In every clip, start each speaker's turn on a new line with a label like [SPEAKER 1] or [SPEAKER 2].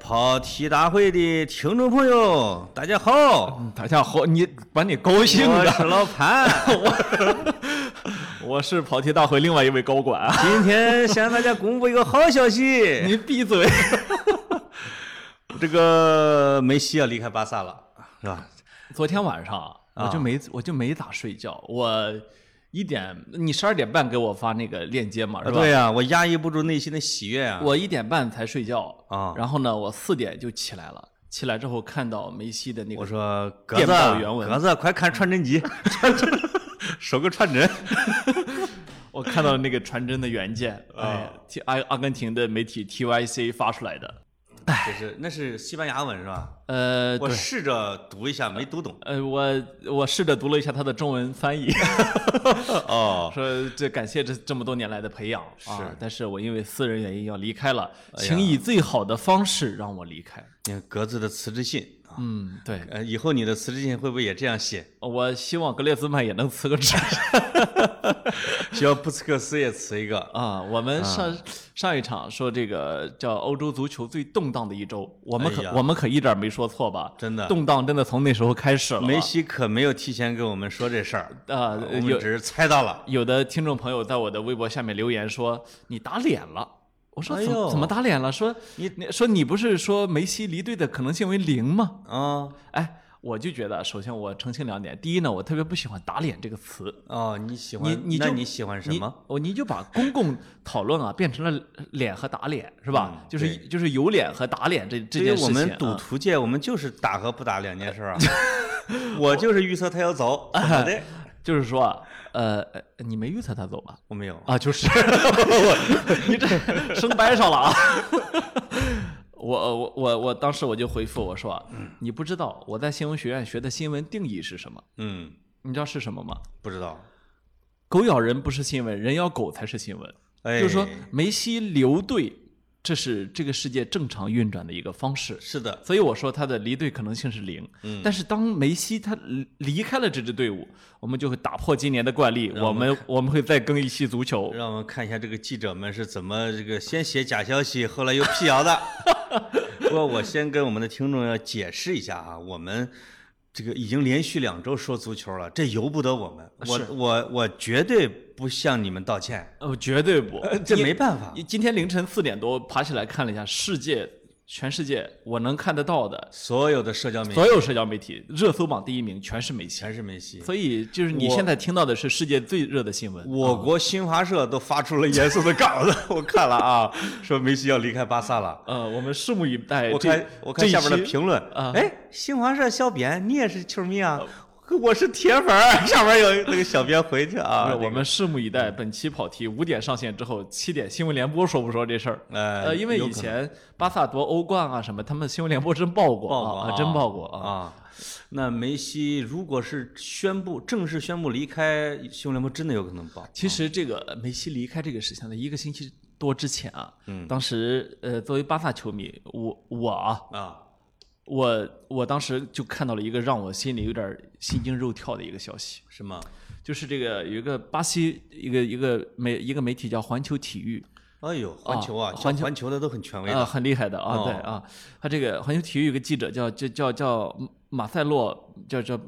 [SPEAKER 1] 跑题大会的听众朋友，大家好，
[SPEAKER 2] 大家好，你把你高兴
[SPEAKER 1] 我是
[SPEAKER 2] 的，
[SPEAKER 1] 老 潘。
[SPEAKER 2] 我是跑题大会另外一位高管。啊
[SPEAKER 1] 今天向大家公布一个好消息，
[SPEAKER 2] 你闭嘴！
[SPEAKER 1] 这个梅西要离开巴萨了，是吧？
[SPEAKER 2] 昨天晚上我就没、我就没咋睡觉，我一点你十二点半给我发那个链接嘛，是吧？
[SPEAKER 1] 对呀、我压抑不住内心的喜悦啊！
[SPEAKER 2] 我一点半才睡觉
[SPEAKER 1] 啊
[SPEAKER 2] 然后呢，我四点就起来了，起来之后看到梅西的那
[SPEAKER 1] 我
[SPEAKER 2] 个，
[SPEAKER 1] 说格
[SPEAKER 2] 电
[SPEAKER 1] 子，啊
[SPEAKER 2] 报原文
[SPEAKER 1] 格子，快看传真 集，传真，手个传真。
[SPEAKER 2] 我看到那个传真的原件， 哎，替阿阿根廷的媒体 TYC 发出来的，
[SPEAKER 1] 哎就是那是西班牙文是吧？
[SPEAKER 2] 呃，
[SPEAKER 1] 我
[SPEAKER 2] 对
[SPEAKER 1] 试着读一下，没读懂。
[SPEAKER 2] 呃，我我试着读了一下他的中文翻 译。
[SPEAKER 1] 哦，
[SPEAKER 2] 说这感谢这这么多年来的培养啊
[SPEAKER 1] 是，哎
[SPEAKER 2] 但是我因为私人原因要离开了，
[SPEAKER 1] 呀
[SPEAKER 2] 请以最好的方式让我离开。
[SPEAKER 1] 你看格子的辞职信啊，
[SPEAKER 2] 嗯，对，
[SPEAKER 1] 呃，以后你的辞职信会不会也这样写？
[SPEAKER 2] 我希望格列兹曼也能辞个职
[SPEAKER 1] 需要布斯克斯也辞一个。
[SPEAKER 2] 啊。我
[SPEAKER 1] 嗯
[SPEAKER 2] 们上上一场说这个叫欧洲足球最动荡的一周，我们
[SPEAKER 1] 哎
[SPEAKER 2] 可
[SPEAKER 1] 呀
[SPEAKER 2] 我们可一点没说错吧？
[SPEAKER 1] 真的
[SPEAKER 2] 动荡真的从那时候开始了啊。
[SPEAKER 1] 梅西可没有提前跟我们说这事儿，
[SPEAKER 2] 啊，
[SPEAKER 1] 我们只
[SPEAKER 2] 有
[SPEAKER 1] 是猜到了。
[SPEAKER 2] 有的听众朋友在我的微博下面留言说你打脸了。我说
[SPEAKER 1] 哎
[SPEAKER 2] 怎
[SPEAKER 1] 呦
[SPEAKER 2] 么怎么打脸了？说你你说你不是说梅西离队的可能性为零吗？
[SPEAKER 1] 啊
[SPEAKER 2] 哎，我就觉得，首先我澄清两点。第一呢，我特别不喜欢“打脸”这个词。
[SPEAKER 1] 哦，你喜欢
[SPEAKER 2] 你你就
[SPEAKER 1] 那你喜欢什么？
[SPEAKER 2] 你？哦，你就把公共讨论啊变成了脸和打脸，是吧？
[SPEAKER 1] 嗯
[SPEAKER 2] 就是
[SPEAKER 1] 对
[SPEAKER 2] 就是有脸和打脸这这
[SPEAKER 1] 对于
[SPEAKER 2] 件事情、
[SPEAKER 1] 我
[SPEAKER 2] 啊。
[SPEAKER 1] 们赌徒界，我们就是打和不打两件事 儿啊。我就是预测他要走，怎么的？
[SPEAKER 2] 就是说啊，呃，呃你没预测他走吧？
[SPEAKER 1] 我没有。
[SPEAKER 2] 啊，就是 你这生掰上了啊！我我我我当时我就回复我说，啊你不知道我在新闻学院学的新闻定义是什么？
[SPEAKER 1] 嗯，
[SPEAKER 2] 你知道是什么吗？
[SPEAKER 1] 不知道。
[SPEAKER 2] 狗咬人不是新闻，人咬狗才是新闻。
[SPEAKER 1] 哎，
[SPEAKER 2] 就是说梅西留队，这是这个世界正常运转的一个方式。
[SPEAKER 1] 是的，
[SPEAKER 2] 所以我说他的离队可能性是零。
[SPEAKER 1] 嗯
[SPEAKER 2] 但是当梅西他离离开了这支队伍，我们就会打破今年的惯例，我们我们会再更一期足球。
[SPEAKER 1] 让我们看一下这个记者们是怎么这个先写假消息，后来又辟谣的。不过我先跟我们的听众要解释一下啊，我们这个已经连续两周说足球了，这由不得我们。我
[SPEAKER 2] 是
[SPEAKER 1] 我我绝对不向你们道 歉，
[SPEAKER 2] 呃，绝对不，
[SPEAKER 1] 这没办法
[SPEAKER 2] 你。今天凌晨四点多爬起来看了一下世界，全世界我能看得到的
[SPEAKER 1] 所有的社交媒体
[SPEAKER 2] 所有社交媒体热搜榜第一名全是梅西。
[SPEAKER 1] 全是梅西。
[SPEAKER 2] 所以就是你
[SPEAKER 1] 我
[SPEAKER 2] 现在听到的是世界最热的新闻。
[SPEAKER 1] 我国新华社都发出了严肃的稿子，我看了啊，说梅西要离开巴萨了。
[SPEAKER 2] 呃，我们拭目以待。
[SPEAKER 1] 我
[SPEAKER 2] 这
[SPEAKER 1] 看我看下边的，评论
[SPEAKER 2] 啊
[SPEAKER 1] 哎，新华社小编，你也是球迷啊？我是铁粉儿。下边有那个小编回去
[SPEAKER 2] 这一
[SPEAKER 1] 啊，
[SPEAKER 2] 期不是我们拭目以待。本期跑题五点上线之后，七点新闻联播说不说这事儿？
[SPEAKER 1] 呃
[SPEAKER 2] 呃，因为
[SPEAKER 1] 有
[SPEAKER 2] 以
[SPEAKER 1] 可能
[SPEAKER 2] 前巴萨夺欧冠啊什么，他们新闻联播真报过，
[SPEAKER 1] 报过
[SPEAKER 2] 啊，
[SPEAKER 1] 啊
[SPEAKER 2] 啊真报过啊。
[SPEAKER 1] 啊。那梅西如果是宣布正式宣布离开新闻联播，真的有可能爆。
[SPEAKER 2] 其实这个梅西离开这个事情的一个星期多之前啊，
[SPEAKER 1] 嗯
[SPEAKER 2] 当时呃，作为巴萨球迷，我我啊，
[SPEAKER 1] 啊，
[SPEAKER 2] 我我当时就看到了一个让我心里有点心惊肉跳的一个消息，
[SPEAKER 1] 是吗？
[SPEAKER 2] 就是这个有一个巴西一个一个媒一个媒体叫环球体育，
[SPEAKER 1] 哎呦，环球啊，
[SPEAKER 2] 啊
[SPEAKER 1] 叫
[SPEAKER 2] 环球
[SPEAKER 1] 环球的都很权威
[SPEAKER 2] 啊，
[SPEAKER 1] 的。
[SPEAKER 2] 很厉害的啊，
[SPEAKER 1] 哦
[SPEAKER 2] 对啊，他这个环球体育有个记者叫叫叫叫马塞洛，叫叫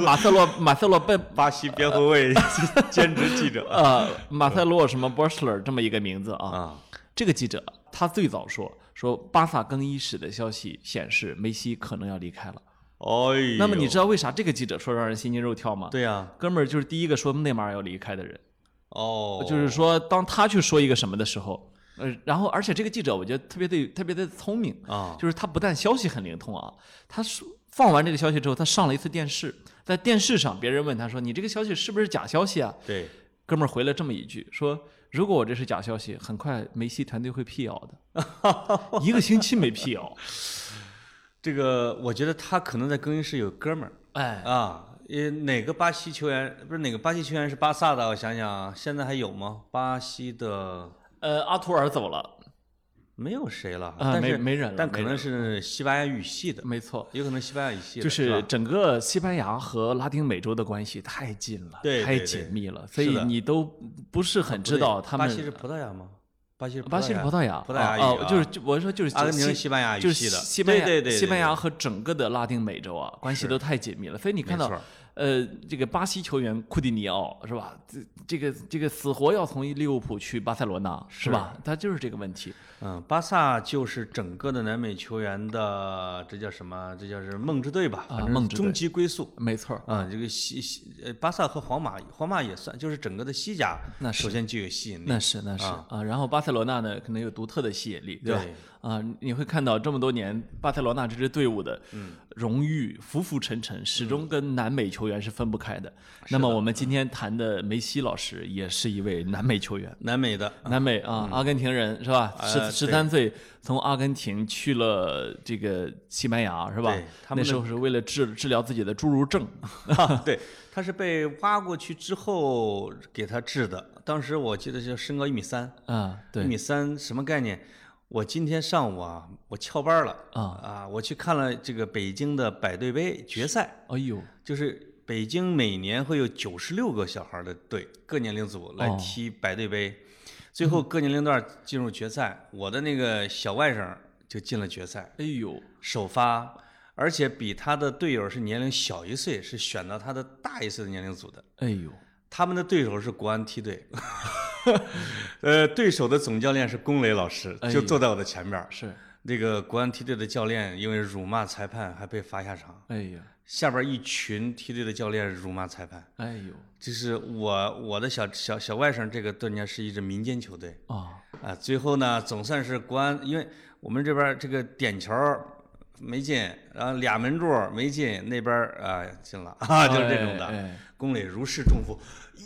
[SPEAKER 2] 马塞洛马塞洛贝
[SPEAKER 1] 巴西边后卫 兼职记者
[SPEAKER 2] 呃马塞洛什么 b o s l e r 这么一个名字啊。
[SPEAKER 1] 啊，
[SPEAKER 2] 这个记者他最早说说巴萨更衣室的消息显示梅西可能要离开了。
[SPEAKER 1] 哎呦，
[SPEAKER 2] 那么你知道为啥这个记者说让人心惊肉跳吗？，
[SPEAKER 1] 对呀，
[SPEAKER 2] 哥们儿就是第一个说内马尔要离开的人。
[SPEAKER 1] 哦，
[SPEAKER 2] 就是说，当他去说一个什么的时候，呃，然后而且这个记者我觉得特别的特别的聪明
[SPEAKER 1] 啊
[SPEAKER 2] 就是他不但消息很灵通啊，他说放完这个消息之后，他上了一次电视，在电视上别人问他说：“你这个消息是不是假消息啊
[SPEAKER 1] 对，？”
[SPEAKER 2] 哥们儿回了这么一句说：“如果我这是假消息，很快梅西团队会辟谣的，一个星期没辟谣。
[SPEAKER 1] 这个我觉得他可能在更衣室有哥们儿。”
[SPEAKER 2] 哎，
[SPEAKER 1] 啊，呃，哪个巴西球员不是哪个巴西球员是巴萨的？我想想啊，现在还有吗？巴西的
[SPEAKER 2] 呃，阿图尔走了，
[SPEAKER 1] 没有谁了，
[SPEAKER 2] 啊
[SPEAKER 1] 但
[SPEAKER 2] 没
[SPEAKER 1] 是
[SPEAKER 2] 没人了
[SPEAKER 1] 但可
[SPEAKER 2] 没人
[SPEAKER 1] 能是
[SPEAKER 2] 了
[SPEAKER 1] 西班牙语系的，
[SPEAKER 2] 没错。
[SPEAKER 1] 有可能西班牙语系的，
[SPEAKER 2] 就是是
[SPEAKER 1] 吧
[SPEAKER 2] 整个西班牙和拉丁美洲的关系太近了，
[SPEAKER 1] 对对
[SPEAKER 2] 太
[SPEAKER 1] 对
[SPEAKER 2] 紧密了，所
[SPEAKER 1] 是的
[SPEAKER 2] 以你都不是很知道他
[SPEAKER 1] 巴西是
[SPEAKER 2] 们
[SPEAKER 1] 葡萄牙吗？巴西是
[SPEAKER 2] 巴西是葡萄牙，
[SPEAKER 1] 葡萄牙
[SPEAKER 2] 啊
[SPEAKER 1] 语
[SPEAKER 2] 啊
[SPEAKER 1] 啊
[SPEAKER 2] 就是就我是说就是
[SPEAKER 1] 阿根廷是
[SPEAKER 2] 西
[SPEAKER 1] 西班牙语
[SPEAKER 2] 就是
[SPEAKER 1] 系的
[SPEAKER 2] 西班牙
[SPEAKER 1] 对对对对
[SPEAKER 2] 西班牙和整个的拉丁美洲啊关系都太紧密了，所以你看到
[SPEAKER 1] 没错
[SPEAKER 2] 呃这个巴西球员库蒂尼奥是吧？这这个这个死活要从利物浦去巴塞罗那是吧？他就是这个问题，
[SPEAKER 1] 嗯，巴萨就是整个的南美球员的，这叫什么？这叫是梦之队吧？
[SPEAKER 2] 啊
[SPEAKER 1] 反正
[SPEAKER 2] 梦之队
[SPEAKER 1] 终极归宿。
[SPEAKER 2] 没错儿，
[SPEAKER 1] 啊、这个西西呃，巴萨和皇马，皇马也算，就是整个的西甲，
[SPEAKER 2] 那是
[SPEAKER 1] 首先就有吸引力。
[SPEAKER 2] 那是那是
[SPEAKER 1] 啊
[SPEAKER 2] 嗯啊，然后巴塞罗那呢，可能有独特的吸引力，对吧
[SPEAKER 1] 对？
[SPEAKER 2] 啊，你会看到这么多年巴塞罗那这支队伍的荣誉浮浮沉沉，始终跟南美球员嗯是分不开的。嗯那么我们今天谈的梅西老师也是一位南美球员，
[SPEAKER 1] 南美的
[SPEAKER 2] 南美啊，阿根廷人是吧？十
[SPEAKER 1] 呃
[SPEAKER 2] 十
[SPEAKER 1] 对
[SPEAKER 2] 三岁从阿根廷去了这个西班牙是吧
[SPEAKER 1] 对？他们的
[SPEAKER 2] 那时候是为了治治疗自己的侏儒 症，
[SPEAKER 1] 啊对，他是被挖过去之后给他治的。当时我记得就身高一米三，
[SPEAKER 2] 啊，
[SPEAKER 1] 一
[SPEAKER 2] 对，
[SPEAKER 1] 米三什么概念？我今天上午啊，我翘班了
[SPEAKER 2] 啊
[SPEAKER 1] 我去看了这个北京的百队杯决赛，
[SPEAKER 2] 哎呦，
[SPEAKER 1] 就是北京每年会有九十六个小孩儿的队，各年龄组来
[SPEAKER 2] 哦嗯
[SPEAKER 1] 踢百队杯，最后各年龄段进入决赛。我的那个小外甥就进了决赛，
[SPEAKER 2] 哎呦，
[SPEAKER 1] 首发，而且比他的队友是年龄小一岁，是选到他的大一岁的年龄组的。
[SPEAKER 2] 哎呦，
[SPEAKER 1] 他们的对手是国安梯队， 呃，对手的总教练是龚磊老师，
[SPEAKER 2] 哎
[SPEAKER 1] 就坐在我的前面儿。
[SPEAKER 2] 是，
[SPEAKER 1] 那个国安梯队的教练因为辱骂裁判还被罚下场，
[SPEAKER 2] 哎呀，
[SPEAKER 1] 下边一群梯队的教练辱骂裁判。
[SPEAKER 2] 哎呦，
[SPEAKER 1] 就是我我的小小小外甥，这个多年是一支民间球队
[SPEAKER 2] 啊。
[SPEAKER 1] 啊。最后呢，总算是国安，因为我们这边儿这个点球儿没进，然后俩门柱儿没进，那边儿啊进了 啊，就是这种
[SPEAKER 2] 哎
[SPEAKER 1] 的。
[SPEAKER 2] 哎
[SPEAKER 1] 龚磊如释重负，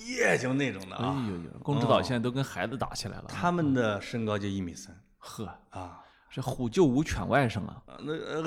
[SPEAKER 1] 耶，就那种的啊。
[SPEAKER 2] 哎呦呦，龚指导现在都跟孩子打起来了。
[SPEAKER 1] 他们的身高就一米三
[SPEAKER 2] 呵，
[SPEAKER 1] 啊，
[SPEAKER 2] 是虎救无犬外甥 啊！
[SPEAKER 1] 那呃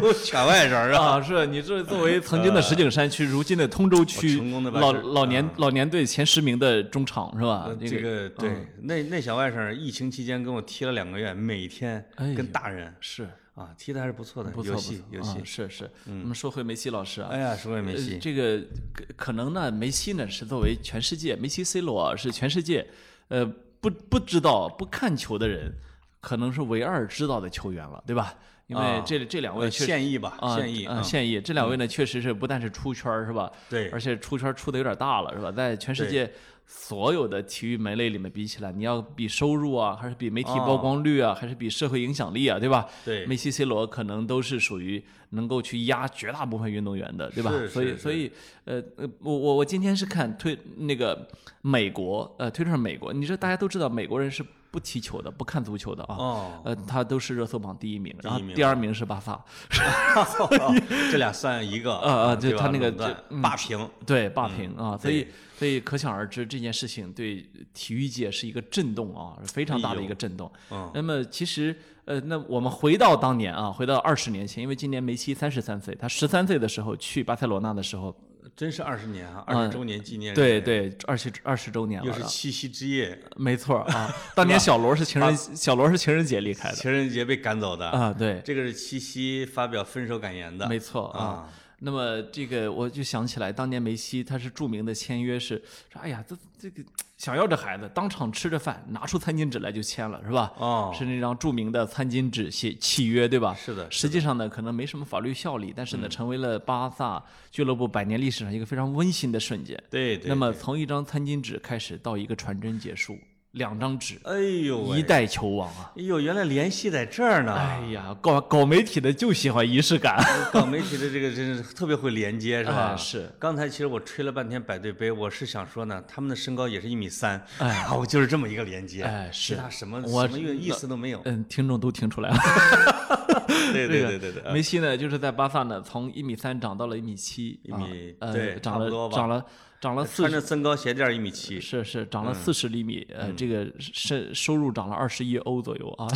[SPEAKER 1] 就犬外甥是吧？
[SPEAKER 2] 啊，是你这作 为曾经的石景山区，如今的通州区
[SPEAKER 1] 我成功地把
[SPEAKER 2] 老
[SPEAKER 1] 这嗯
[SPEAKER 2] 老年老年队前十名的中场是吧
[SPEAKER 1] 呃？
[SPEAKER 2] 这啊
[SPEAKER 1] 这个对，那那小外甥疫情期间跟我踢了两个月，每天
[SPEAKER 2] 哎呦
[SPEAKER 1] 跟大人
[SPEAKER 2] 是
[SPEAKER 1] 啊踢的还是不错的，
[SPEAKER 2] 不错
[SPEAKER 1] 有
[SPEAKER 2] 不
[SPEAKER 1] 戏
[SPEAKER 2] 错
[SPEAKER 1] 有
[SPEAKER 2] 啊
[SPEAKER 1] 戏。嗯
[SPEAKER 2] 是是。我们说回梅西老师啊
[SPEAKER 1] 哎，呀，说也没
[SPEAKER 2] 呃
[SPEAKER 1] 戏。
[SPEAKER 2] 这个可可能呢，梅西呢是作为全世界，梅西、C 罗啊是全世界，呃，不不知道不看球的人，可能是唯二知道的球员了，对吧？因为
[SPEAKER 1] 啊
[SPEAKER 2] 这这两
[SPEAKER 1] 呃
[SPEAKER 2] 位确实
[SPEAKER 1] 现役吧，
[SPEAKER 2] 啊
[SPEAKER 1] 现役
[SPEAKER 2] 啊
[SPEAKER 1] 嗯
[SPEAKER 2] 现役这两位呢，确实是不但是出圈儿是吧？
[SPEAKER 1] 对
[SPEAKER 2] 而且出圈儿出的有点大了是吧？在全世界所有的体育门类里面比起来，你要比收入啊，还是比媒体曝光率啊，还是比社会影响力啊，对吧？
[SPEAKER 1] 哦对
[SPEAKER 2] 梅西、C 罗可能都是属于能够去压绝大部分运动员的，对吧？
[SPEAKER 1] 是
[SPEAKER 2] 所以
[SPEAKER 1] 是
[SPEAKER 2] 所以呃呃，我我我今天是看推那个美国呃推特上美国，你说大家都知道美国人是不踢球的，不看足球的啊。
[SPEAKER 1] 哦，
[SPEAKER 2] 呃，他都是热搜榜第一名，然后
[SPEAKER 1] 第一名啊
[SPEAKER 2] 第二名是巴萨，
[SPEAKER 1] 这俩算一 个
[SPEAKER 2] 啊啊
[SPEAKER 1] 对
[SPEAKER 2] 就
[SPEAKER 1] 吧
[SPEAKER 2] 他那个
[SPEAKER 1] 垄断
[SPEAKER 2] 就嗯
[SPEAKER 1] 霸屏，
[SPEAKER 2] 对霸屏啊，所以
[SPEAKER 1] 嗯对
[SPEAKER 2] 所以可想而知这件事情对体育界是一个震动啊，非常大的一个震动。
[SPEAKER 1] 嗯
[SPEAKER 2] 那么其实呃，那我们回到当年啊，回到二十年前，因为今年梅西三十三岁，他十三岁的时候去巴塞罗那的时候，
[SPEAKER 1] 真是二十年啊，二十周年纪念日，
[SPEAKER 2] 嗯对，对，二十二十周年
[SPEAKER 1] 又
[SPEAKER 2] 了
[SPEAKER 1] 是
[SPEAKER 2] 啊，
[SPEAKER 1] 七啊夕之夜，
[SPEAKER 2] 没错儿 啊，当年小罗是情人小罗是情人节离开的
[SPEAKER 1] 情人节被赶走的，
[SPEAKER 2] 啊，对，
[SPEAKER 1] 这个是七夕发表分手感言的，
[SPEAKER 2] 没错啊
[SPEAKER 1] 啊。
[SPEAKER 2] 那么这个我就想起来，当年梅西他是著名的签约是说，哎呀，这这个想要这孩子，当场吃着饭，拿出餐巾纸来就签了，是吧？
[SPEAKER 1] 哦，
[SPEAKER 2] 是那张著名的餐巾纸契契约，对吧？
[SPEAKER 1] 是的，嗯
[SPEAKER 2] 实际上呢，可能没什么法律效力，但是呢，成为了巴萨俱乐部百年历史上一个非常温馨的瞬间。
[SPEAKER 1] 对对。
[SPEAKER 2] 那么从一张餐巾纸开始到一个传真结束，两张纸，
[SPEAKER 1] 哎呦喂，
[SPEAKER 2] 一代球王啊！
[SPEAKER 1] 哎呦，原来联系在这儿呢！
[SPEAKER 2] 哎呀，搞搞媒体的就喜欢仪式感，
[SPEAKER 1] 搞媒体的这个真是特别会连接，是吧？
[SPEAKER 2] 哎是。
[SPEAKER 1] 刚才其实我吹了半天百对杯，我是想说呢，他们的身高也是一米三， 哎，我就是这么一个连接，
[SPEAKER 2] 哎是
[SPEAKER 1] 其他什么
[SPEAKER 2] 我
[SPEAKER 1] 什么意思都没有。
[SPEAKER 2] 嗯，听众都听出来了。
[SPEAKER 1] 对
[SPEAKER 2] 这个
[SPEAKER 1] 对对对嗯对，
[SPEAKER 2] 梅西呢，就是在巴萨呢，从一米三长到了一米七，一
[SPEAKER 1] 米
[SPEAKER 2] 呃，
[SPEAKER 1] 对
[SPEAKER 2] 长
[SPEAKER 1] 差不多
[SPEAKER 2] 了
[SPEAKER 1] 吧呃
[SPEAKER 2] 长了长了四
[SPEAKER 1] 穿
[SPEAKER 2] 十，
[SPEAKER 1] 着增高鞋垫儿一米七，
[SPEAKER 2] 是是长
[SPEAKER 1] 嗯
[SPEAKER 2] 了四十厘米，呃，这个收收入涨了二十亿欧左右啊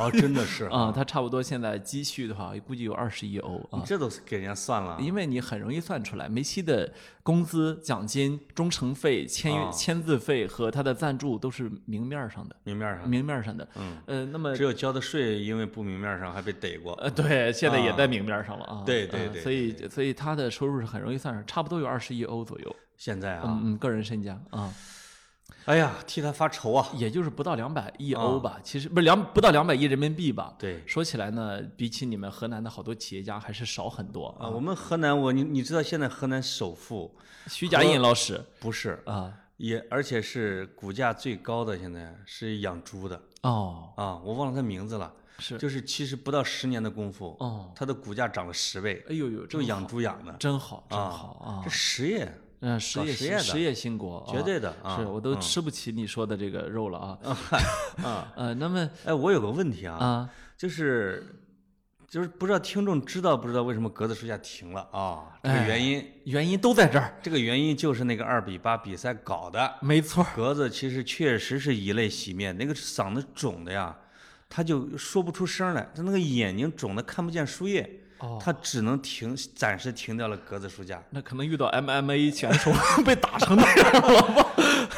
[SPEAKER 1] 哦，真的是，
[SPEAKER 2] 啊，他差不多现在积蓄的话，估计有二十亿欧
[SPEAKER 1] 你
[SPEAKER 2] 啊。
[SPEAKER 1] 这都给人家算了，
[SPEAKER 2] 因为你很容易算出来，梅西的工资、奖金、忠诚费、签约、
[SPEAKER 1] 啊
[SPEAKER 2] 签字费和他的赞助都是明面儿上的，
[SPEAKER 1] 明面儿上
[SPEAKER 2] 明面儿上的。嗯，呃，那么
[SPEAKER 1] 只有交的税，因为不明面儿上还被逮过，
[SPEAKER 2] 呃，对，现在也
[SPEAKER 1] 啊
[SPEAKER 2] 在明面儿上了啊。
[SPEAKER 1] 对对
[SPEAKER 2] 呃
[SPEAKER 1] 对
[SPEAKER 2] 所以所以他的收入是很容易算上，差不多有二十亿欧左右。嗯
[SPEAKER 1] 现在啊，
[SPEAKER 2] 嗯嗯，个人身家啊，
[SPEAKER 1] 哎呀，替他发愁啊！
[SPEAKER 2] 也就是不到两百亿欧吧，其实不是两不到两百亿人民币吧。
[SPEAKER 1] 对
[SPEAKER 2] 说起来呢，比起你们河南的好多企业家还是少很多
[SPEAKER 1] 啊，。我们河南，我你你知道现在河南首富
[SPEAKER 2] 徐佳印老师
[SPEAKER 1] 不是，
[SPEAKER 2] 啊，
[SPEAKER 1] 也而且是股价最高的，现在是养猪的
[SPEAKER 2] 哦，
[SPEAKER 1] 啊，我忘了他名字了，
[SPEAKER 2] 是，
[SPEAKER 1] 就是其实不到十年的功夫，
[SPEAKER 2] 哦，
[SPEAKER 1] 他的股价涨了十倍，
[SPEAKER 2] 哎呦呦，
[SPEAKER 1] 就
[SPEAKER 2] 真
[SPEAKER 1] 养猪养的，
[SPEAKER 2] 真好，真
[SPEAKER 1] 嗯啊
[SPEAKER 2] 好啊
[SPEAKER 1] 这！实业
[SPEAKER 2] 嗯，实
[SPEAKER 1] 搞
[SPEAKER 2] 业
[SPEAKER 1] 实业
[SPEAKER 2] 兴
[SPEAKER 1] 的
[SPEAKER 2] 实业兴国，啊
[SPEAKER 1] 绝对的啊，
[SPEAKER 2] 是我都吃不起你说的这个肉 了啊。
[SPEAKER 1] 啊。
[SPEAKER 2] 呃，那么
[SPEAKER 1] 哎，我有个问题啊，
[SPEAKER 2] 啊，
[SPEAKER 1] 就是就是不知道听众知道不知道为什么格子书架停了啊？这个
[SPEAKER 2] 哎
[SPEAKER 1] 原因，
[SPEAKER 2] 原因都在这儿，
[SPEAKER 1] 这个原因就是那个二比八比赛搞的。
[SPEAKER 2] 没错儿。
[SPEAKER 1] 格子其实确实是以泪洗面，那个嗓子肿的呀，他就说不出声来，他那个眼睛肿的看不见书页，
[SPEAKER 2] 哦，。
[SPEAKER 1] 他只能停，暂时停掉了格子书架
[SPEAKER 2] 那可能遇到 MMA 拳手 被打成那样了吧？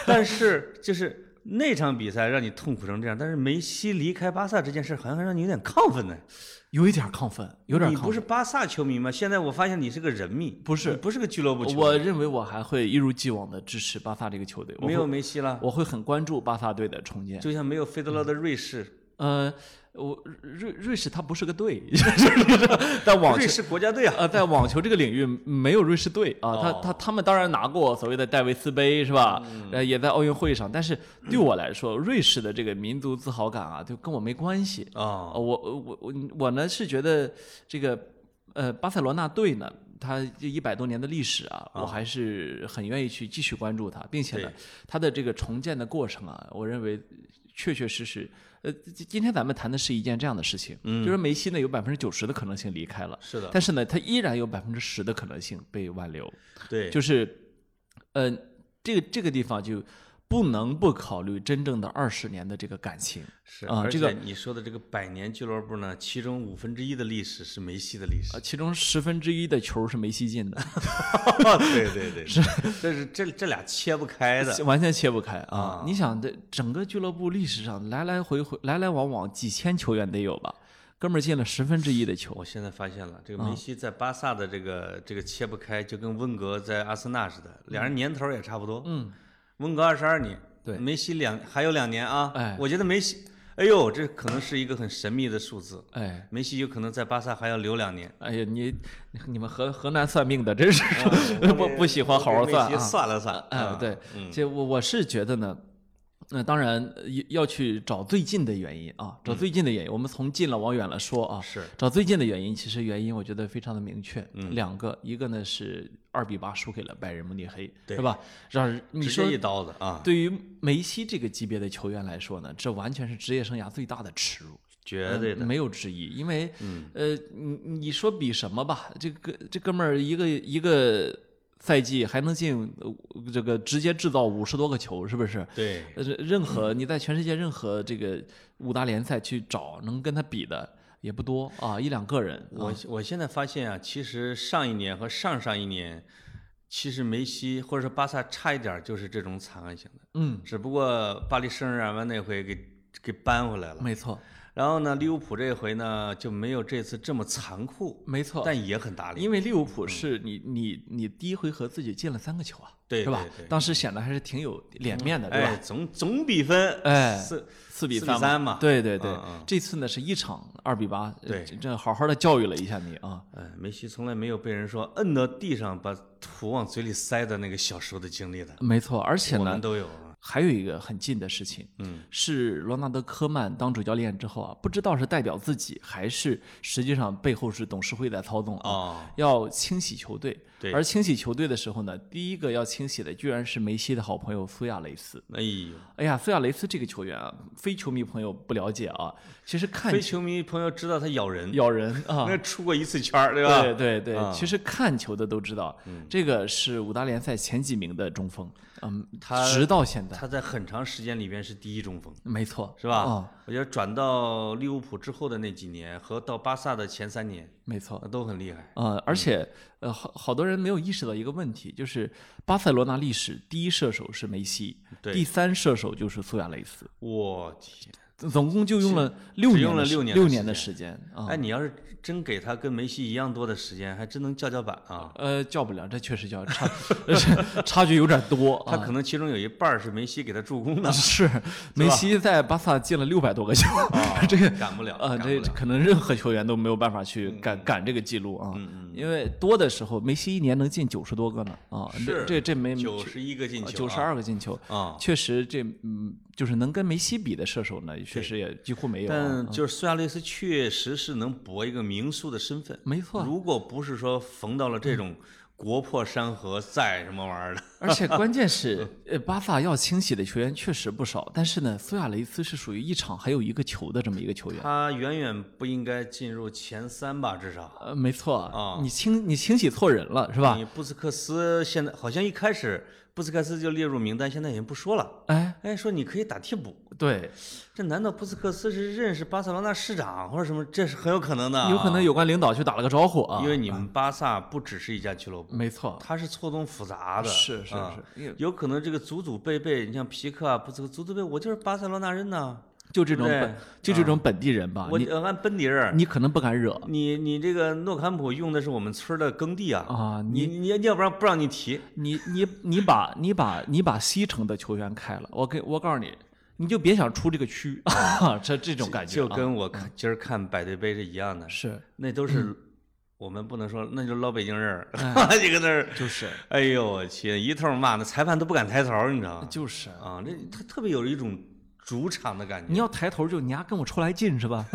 [SPEAKER 1] 但是就是那场比赛让你痛苦成这样，但是梅西离开巴萨这件事好像让你有点亢奋呢。
[SPEAKER 2] 有一点亢奋，有点
[SPEAKER 1] 你
[SPEAKER 2] 亢奋
[SPEAKER 1] 不。是巴萨球迷吗？现在我发现你是个人迷，
[SPEAKER 2] 不是
[SPEAKER 1] 你不是个俱乐部球迷，
[SPEAKER 2] 我认为我还会一如既往的支持巴萨这个球队，我
[SPEAKER 1] 没有
[SPEAKER 2] 会
[SPEAKER 1] 梅西了，
[SPEAKER 2] 我会很关注巴萨队的重建。
[SPEAKER 1] 就像没有费德勒的瑞士，
[SPEAKER 2] 呃，我瑞瑞士它不是个队， 就是但网
[SPEAKER 1] 瑞
[SPEAKER 2] 球
[SPEAKER 1] 士国家 队啊，
[SPEAKER 2] 呃，在网球这个领域没有瑞士队啊，他
[SPEAKER 1] 哦
[SPEAKER 2] 他他们当然拿过所谓的戴维斯杯是吧？呃，也在奥运会上，但是对我来说，瑞士的这个民族自豪感啊，就跟我没关系。
[SPEAKER 1] 啊
[SPEAKER 2] 呃，我我我我呢是觉得这个呃巴塞罗那队呢，它这一百多年的历史啊，我还是很愿意去继续关注它，并且呢
[SPEAKER 1] 对，
[SPEAKER 2] 它的这个重建的过程啊，我认为确确实实，呃，今今天咱们谈的是一件这样的事情，就是梅西呢有百分之九十的可能性离开了，
[SPEAKER 1] 嗯是的，
[SPEAKER 2] 但是呢，他依然有百分之十的可能性被挽留，
[SPEAKER 1] 对，
[SPEAKER 2] 就是，呃，这个这个地方就不能不考虑真正的二十年的这个感情。
[SPEAKER 1] 是
[SPEAKER 2] 啊
[SPEAKER 1] 而
[SPEAKER 2] 这
[SPEAKER 1] 且
[SPEAKER 2] 个
[SPEAKER 1] 你说的这个百年俱乐部呢，其中五分之一的历史是梅西的 历史
[SPEAKER 2] 呃，，其中十分之一的球是梅西进的，
[SPEAKER 1] 对对对，是，这是这这俩切不开的，
[SPEAKER 2] 完全切不开啊
[SPEAKER 1] 啊！
[SPEAKER 2] 你想，这整个俱乐部历史上来来回回、来来往往几千球员得有吧？哥们儿进了十分之一的球
[SPEAKER 1] 我现在发现了，
[SPEAKER 2] 嗯
[SPEAKER 1] 这个梅西在巴萨的这个这个切不开，就跟温格在阿森纳似的，俩人年头也差不多。嗯，温格二十二年，
[SPEAKER 2] 对
[SPEAKER 1] 梅西两还有两年啊。
[SPEAKER 2] 哎
[SPEAKER 1] 我觉得梅西，哎呦，这可能是一个很神秘的数字。
[SPEAKER 2] 哎。
[SPEAKER 1] 梅西有可能在巴萨还要留两年。
[SPEAKER 2] 哎呀，你你们河河南算命的真是 不不喜欢好好
[SPEAKER 1] 啊我给
[SPEAKER 2] 算
[SPEAKER 1] 梅
[SPEAKER 2] 啊！
[SPEAKER 1] 西算了算，
[SPEAKER 2] 哎
[SPEAKER 1] 啊，
[SPEAKER 2] 对，这我我是觉得呢，那、当然呃要要去找最近的原因啊，找最近的原因。我们从近了往远了说啊，
[SPEAKER 1] 嗯是
[SPEAKER 2] 找最近的原因。其实原因我觉得非常的明确，
[SPEAKER 1] 嗯
[SPEAKER 2] 两个，一个呢是二比八输给了拜仁慕尼黑，
[SPEAKER 1] 对
[SPEAKER 2] 是吧？让人你
[SPEAKER 1] 直
[SPEAKER 2] 说
[SPEAKER 1] 接一刀子啊，
[SPEAKER 2] 对于梅西这个级别的球员来说呢，这完全是职业生涯最大的耻辱。呃
[SPEAKER 1] 绝对的。
[SPEAKER 2] 嗯
[SPEAKER 1] 嗯
[SPEAKER 2] 没有质疑，因为，呃，你你说比什么吧？这个这哥们儿一个一个赛季还能进呃这个直接制造五十多个球，是不是？
[SPEAKER 1] 对，
[SPEAKER 2] 呃，任何你在全世界任何这个五大联赛去找能跟他比的也不多啊，一两个人。
[SPEAKER 1] 我我现在发现啊，其实上一年和上上一年，其实梅西或者说巴萨差一点儿就是这种惨案型的，
[SPEAKER 2] 嗯，
[SPEAKER 1] 只不过巴黎圣日耳曼那回给给扳回来了。
[SPEAKER 2] 没错，
[SPEAKER 1] 然后呢，利物浦这回呢就没有这次这么残酷，
[SPEAKER 2] 没错。
[SPEAKER 1] 但也很打脸。
[SPEAKER 2] 因为利物浦是你你你第一回合自己进了三个球啊，
[SPEAKER 1] 嗯对
[SPEAKER 2] 是吧
[SPEAKER 1] 对对？
[SPEAKER 2] 当时显得还是挺有脸面的，对吧
[SPEAKER 1] 哎，？总总比分
[SPEAKER 2] 哎
[SPEAKER 1] 四
[SPEAKER 2] 四比
[SPEAKER 1] 四
[SPEAKER 2] 三
[SPEAKER 1] 比三嘛
[SPEAKER 2] 对对对，
[SPEAKER 1] 嗯嗯
[SPEAKER 2] 这次呢是一场二比八，呃
[SPEAKER 1] 对
[SPEAKER 2] 这这好好的教育了一下你啊。
[SPEAKER 1] 哎，梅西从来没有被人说摁到地上把土往嘴里塞的那个小时候的经历的，
[SPEAKER 2] 没错，而且
[SPEAKER 1] 我
[SPEAKER 2] 呢
[SPEAKER 1] 们，都有啊。
[SPEAKER 2] 还有一个很近的事情，
[SPEAKER 1] 嗯，
[SPEAKER 2] 是罗纳德·科曼当主教练之后啊，不知道是代表自己，还是实际上背后是董事会在操纵啊。
[SPEAKER 1] 哦，
[SPEAKER 2] 要清洗球队，
[SPEAKER 1] 对
[SPEAKER 2] 而清洗球队的时候呢，第一个要清洗的居然是梅西的好朋友苏亚雷斯。
[SPEAKER 1] 哎呦，
[SPEAKER 2] 哎呀，苏亚雷斯这个球员啊，非球迷朋友不了解啊，其实看
[SPEAKER 1] 非球迷朋友知道他咬人，
[SPEAKER 2] 咬人啊，
[SPEAKER 1] 那出过一次圈 儿，对吧？
[SPEAKER 2] 对对对
[SPEAKER 1] 啊嗯
[SPEAKER 2] 其实看球的都知道，这个是五大联赛前几名的中锋，嗯，
[SPEAKER 1] 他
[SPEAKER 2] 直到现在，
[SPEAKER 1] 他在很长时间里边是第一中锋，
[SPEAKER 2] 没错，
[SPEAKER 1] 是吧？
[SPEAKER 2] 哦
[SPEAKER 1] 我觉得转到利物浦之后的那几年和到巴萨的前三年
[SPEAKER 2] 没错，
[SPEAKER 1] 都很厉害。
[SPEAKER 2] 呃，而且呃，好好多人没有意识到一个问题，就是巴塞罗那历史第一射手是梅西，
[SPEAKER 1] 对
[SPEAKER 2] 第三射手就是苏亚雷斯，
[SPEAKER 1] 我天，
[SPEAKER 2] 总共就用了六
[SPEAKER 1] 只
[SPEAKER 2] 年的时，
[SPEAKER 1] 用了六年的
[SPEAKER 2] 六
[SPEAKER 1] 时
[SPEAKER 2] 年的
[SPEAKER 1] 间
[SPEAKER 2] 时间啊。
[SPEAKER 1] 哎，你要是真给他跟梅西一样多的时间，还真能叫叫板啊。
[SPEAKER 2] 呃，叫不了，这确实叫差呃差距有点多
[SPEAKER 1] 他
[SPEAKER 2] 啊。，
[SPEAKER 1] 可能其中有一半儿是梅西给他助攻的
[SPEAKER 2] 是梅西在巴萨进了六百多个球，哦这个
[SPEAKER 1] 赶不了
[SPEAKER 2] 啊，
[SPEAKER 1] 赶不
[SPEAKER 2] 这
[SPEAKER 1] 了嗯
[SPEAKER 2] 可能任何球员都没有办法去赶赶这个记录啊。因为多的时候，梅西一年能进九十多个呢啊，这
[SPEAKER 1] 是
[SPEAKER 2] 这这没
[SPEAKER 1] 九十一个进球、
[SPEAKER 2] 呃九十二个进球。
[SPEAKER 1] 啊。
[SPEAKER 2] 确实这，嗯，就是能跟梅西比的射手呢，确实也几乎没有啊、
[SPEAKER 1] 但就是苏亚雷斯确实是能博一个名宿的身份，
[SPEAKER 2] 没错，嗯
[SPEAKER 1] 如果不是说逢到了这种国破山河赛什么玩意儿的，
[SPEAKER 2] 而且关 键是，呃，巴萨要清洗的球员确实不少，但是呢，苏亚雷斯是属于一场还有一个球的这么一个球员。
[SPEAKER 1] 他远远不应该进入前三吧，至少。
[SPEAKER 2] 呃，没错，
[SPEAKER 1] 啊
[SPEAKER 2] 你清你清洗错人了是吧？
[SPEAKER 1] 你布斯克斯现在好像一开始布斯克斯就列入名单，现在已经不说了。
[SPEAKER 2] 哎，
[SPEAKER 1] 哎，说你可以打替补，
[SPEAKER 2] 对，
[SPEAKER 1] 这难道布斯克斯是认识巴塞罗那市长或者什么？这是很有可能的啊、
[SPEAKER 2] 有可能有关领导去打了个招呼啊
[SPEAKER 1] 因。为你们巴萨不只是一家俱乐部，
[SPEAKER 2] 没错，
[SPEAKER 1] 它是错综复杂的。
[SPEAKER 2] 嗯是是
[SPEAKER 1] 啊
[SPEAKER 2] 是因为
[SPEAKER 1] 有可能这个祖祖辈辈，你像皮克啊、布斯克祖祖辈，我就是巴塞罗那人呐、
[SPEAKER 2] 就这种
[SPEAKER 1] 对啊
[SPEAKER 2] 本就这种本地人吧，
[SPEAKER 1] 我
[SPEAKER 2] 啊你
[SPEAKER 1] 呃按本地人。
[SPEAKER 2] 你可能不敢惹。
[SPEAKER 1] 你你这个诺坎普用的是我们村儿的耕地啊
[SPEAKER 2] 啊
[SPEAKER 1] 你你你要不然不让你提，
[SPEAKER 2] 你你你把你把你把西城的球员开了，我给我告诉你，你就别想出这个区， 这这种感觉
[SPEAKER 1] 就
[SPEAKER 2] 啊
[SPEAKER 1] 跟我看今儿看百对杯是一样的，
[SPEAKER 2] 是嗯
[SPEAKER 1] 那都是我们不能说，那就是老北京人儿， 就搁那儿，
[SPEAKER 2] 就是
[SPEAKER 1] 哎呦我去，一通骂，那裁判都不敢抬头儿，你知道吗？
[SPEAKER 2] 就是，
[SPEAKER 1] 啊，那他特别有一种主场的感觉
[SPEAKER 2] 你。要抬头就你丫跟我出来进是 吧？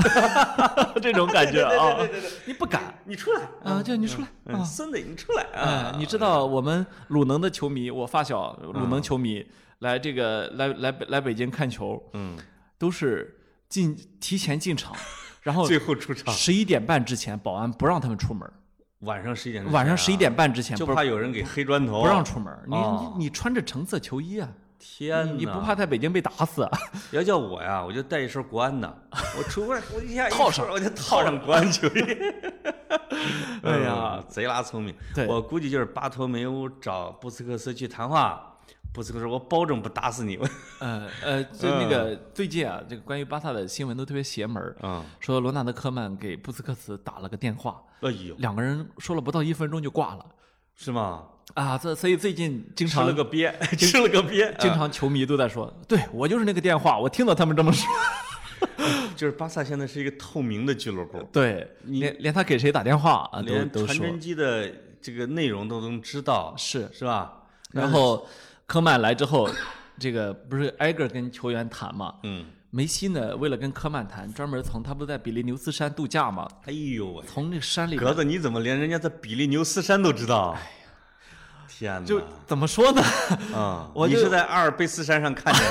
[SPEAKER 2] 这种感觉啊，你不敢
[SPEAKER 1] 你出来，
[SPEAKER 2] 啊，就你出来
[SPEAKER 1] 嗯，
[SPEAKER 2] 啊。
[SPEAKER 1] 孙子，你出来
[SPEAKER 2] 哎
[SPEAKER 1] 啊！，
[SPEAKER 2] 你知道我们鲁能的球迷，我发小鲁
[SPEAKER 1] 嗯
[SPEAKER 2] 能球迷来这个来来北来北京看球，
[SPEAKER 1] 嗯，
[SPEAKER 2] 都是进提前 进场，然后
[SPEAKER 1] 最后出场，
[SPEAKER 2] 十一点半之前保安不让他们出门，
[SPEAKER 1] 晚上十一点之前啊，
[SPEAKER 2] 晚上十一点半之前
[SPEAKER 1] 就
[SPEAKER 2] 不
[SPEAKER 1] 怕有人给黑砖头，
[SPEAKER 2] 不让。出门。你
[SPEAKER 1] 哦
[SPEAKER 2] 你你穿着橙色球衣啊，
[SPEAKER 1] 天哪！
[SPEAKER 2] 你不怕在北京被打死 啊？
[SPEAKER 1] 要叫我呀，我就带一身国安的，我出来，我一下一
[SPEAKER 2] 套
[SPEAKER 1] 出
[SPEAKER 2] 上嗯
[SPEAKER 1] 来我就套上国安球 衣。哎呀，贼拉聪明！
[SPEAKER 2] 对
[SPEAKER 1] 我估计就是巴托梅乌找布斯克斯去谈话，布斯克斯说：“我保证不打死你。
[SPEAKER 2] 呃呃，就那个最近啊，这个关于巴萨的新闻都特别邪门儿”
[SPEAKER 1] 啊，
[SPEAKER 2] 说罗纳德科曼给布斯克茨打了个电话，
[SPEAKER 1] 哎呦，
[SPEAKER 2] 两个人说了不到一分钟就挂了
[SPEAKER 1] 是吗？
[SPEAKER 2] 啊！这所以最近经
[SPEAKER 1] 吃
[SPEAKER 2] 常
[SPEAKER 1] 了个鳖，吃了个鳖，啊
[SPEAKER 2] 经常球迷都在说，对我就是那个电话，我听到他们这么说。
[SPEAKER 1] 啊就是巴萨现在是一个透明的俱乐部，
[SPEAKER 2] 对，连连他给谁打电话啊，都
[SPEAKER 1] 连
[SPEAKER 2] 都
[SPEAKER 1] 传
[SPEAKER 2] 说
[SPEAKER 1] 真机的这个内容都能知道，
[SPEAKER 2] 是。
[SPEAKER 1] 是吧？
[SPEAKER 2] 然后科曼来之后，这个不是挨个跟球员谈嘛？
[SPEAKER 1] 嗯，
[SPEAKER 2] 梅西呢，为了跟科曼谈，专门从他不是在比利牛斯山度假嘛，
[SPEAKER 1] 哎呦喂，
[SPEAKER 2] 从那个山里
[SPEAKER 1] 格子，你怎么连人家在比利牛斯山都知道？啊天哪！
[SPEAKER 2] 就怎么说呢？
[SPEAKER 1] 啊，
[SPEAKER 2] 我
[SPEAKER 1] 你
[SPEAKER 2] 就是
[SPEAKER 1] 在阿尔卑斯山上看见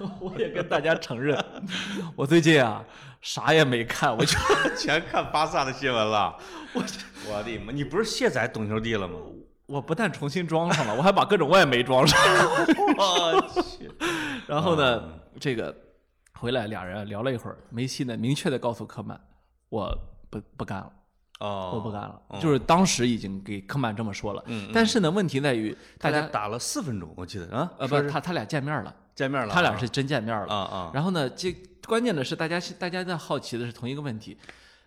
[SPEAKER 1] 的，
[SPEAKER 2] 我也跟大家承认， 我最近啊啥也没看，我就
[SPEAKER 1] 全看巴萨的新闻了。我我的妈！你不是卸载懂球帝了吗？
[SPEAKER 2] 我不但重新装上了，我还把各种外媒装上。
[SPEAKER 1] 我去！
[SPEAKER 2] 然后呢，这个回来俩人聊了一会儿，梅西呢明确的告诉科曼，我不不干了，我不
[SPEAKER 1] 哦，
[SPEAKER 2] 干了，就是当时已经给科曼这么说了。
[SPEAKER 1] 嗯嗯
[SPEAKER 2] 但是呢，问题在于
[SPEAKER 1] 大
[SPEAKER 2] 大
[SPEAKER 1] 家
[SPEAKER 2] 家
[SPEAKER 1] 打了四分钟，我记得啊，
[SPEAKER 2] 呃不，他他俩见面了，
[SPEAKER 1] 见面了，
[SPEAKER 2] 他俩是真见面了。
[SPEAKER 1] 啊啊，
[SPEAKER 2] 然后呢，这关键的是大家大家在好奇的是同一个问题，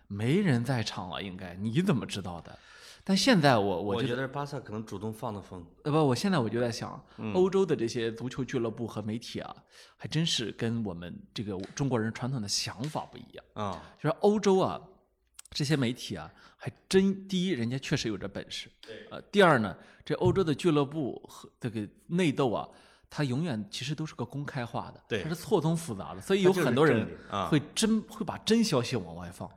[SPEAKER 2] 没人在场啊，应该你怎么知道的？但现在我我
[SPEAKER 1] 我
[SPEAKER 2] 就
[SPEAKER 1] 觉得巴萨可能主动放的风，
[SPEAKER 2] 呃不，我现在我就在想，
[SPEAKER 1] 嗯
[SPEAKER 2] 欧洲的这些足球俱乐部和媒体啊，还真是跟我们这个中国人传统的想法不一样。
[SPEAKER 1] 啊，
[SPEAKER 2] 就是欧洲啊，这些媒体啊，还真第一，人家确实有这本事。呃，第二呢，这欧洲的俱乐部和这个内斗啊，它永远其实都是个公开化的，
[SPEAKER 1] 对
[SPEAKER 2] 它是错综复杂的，所以
[SPEAKER 1] 它
[SPEAKER 2] 有
[SPEAKER 1] 就是
[SPEAKER 2] 很多人
[SPEAKER 1] 政治啊
[SPEAKER 2] 会真、会把真消息往外放。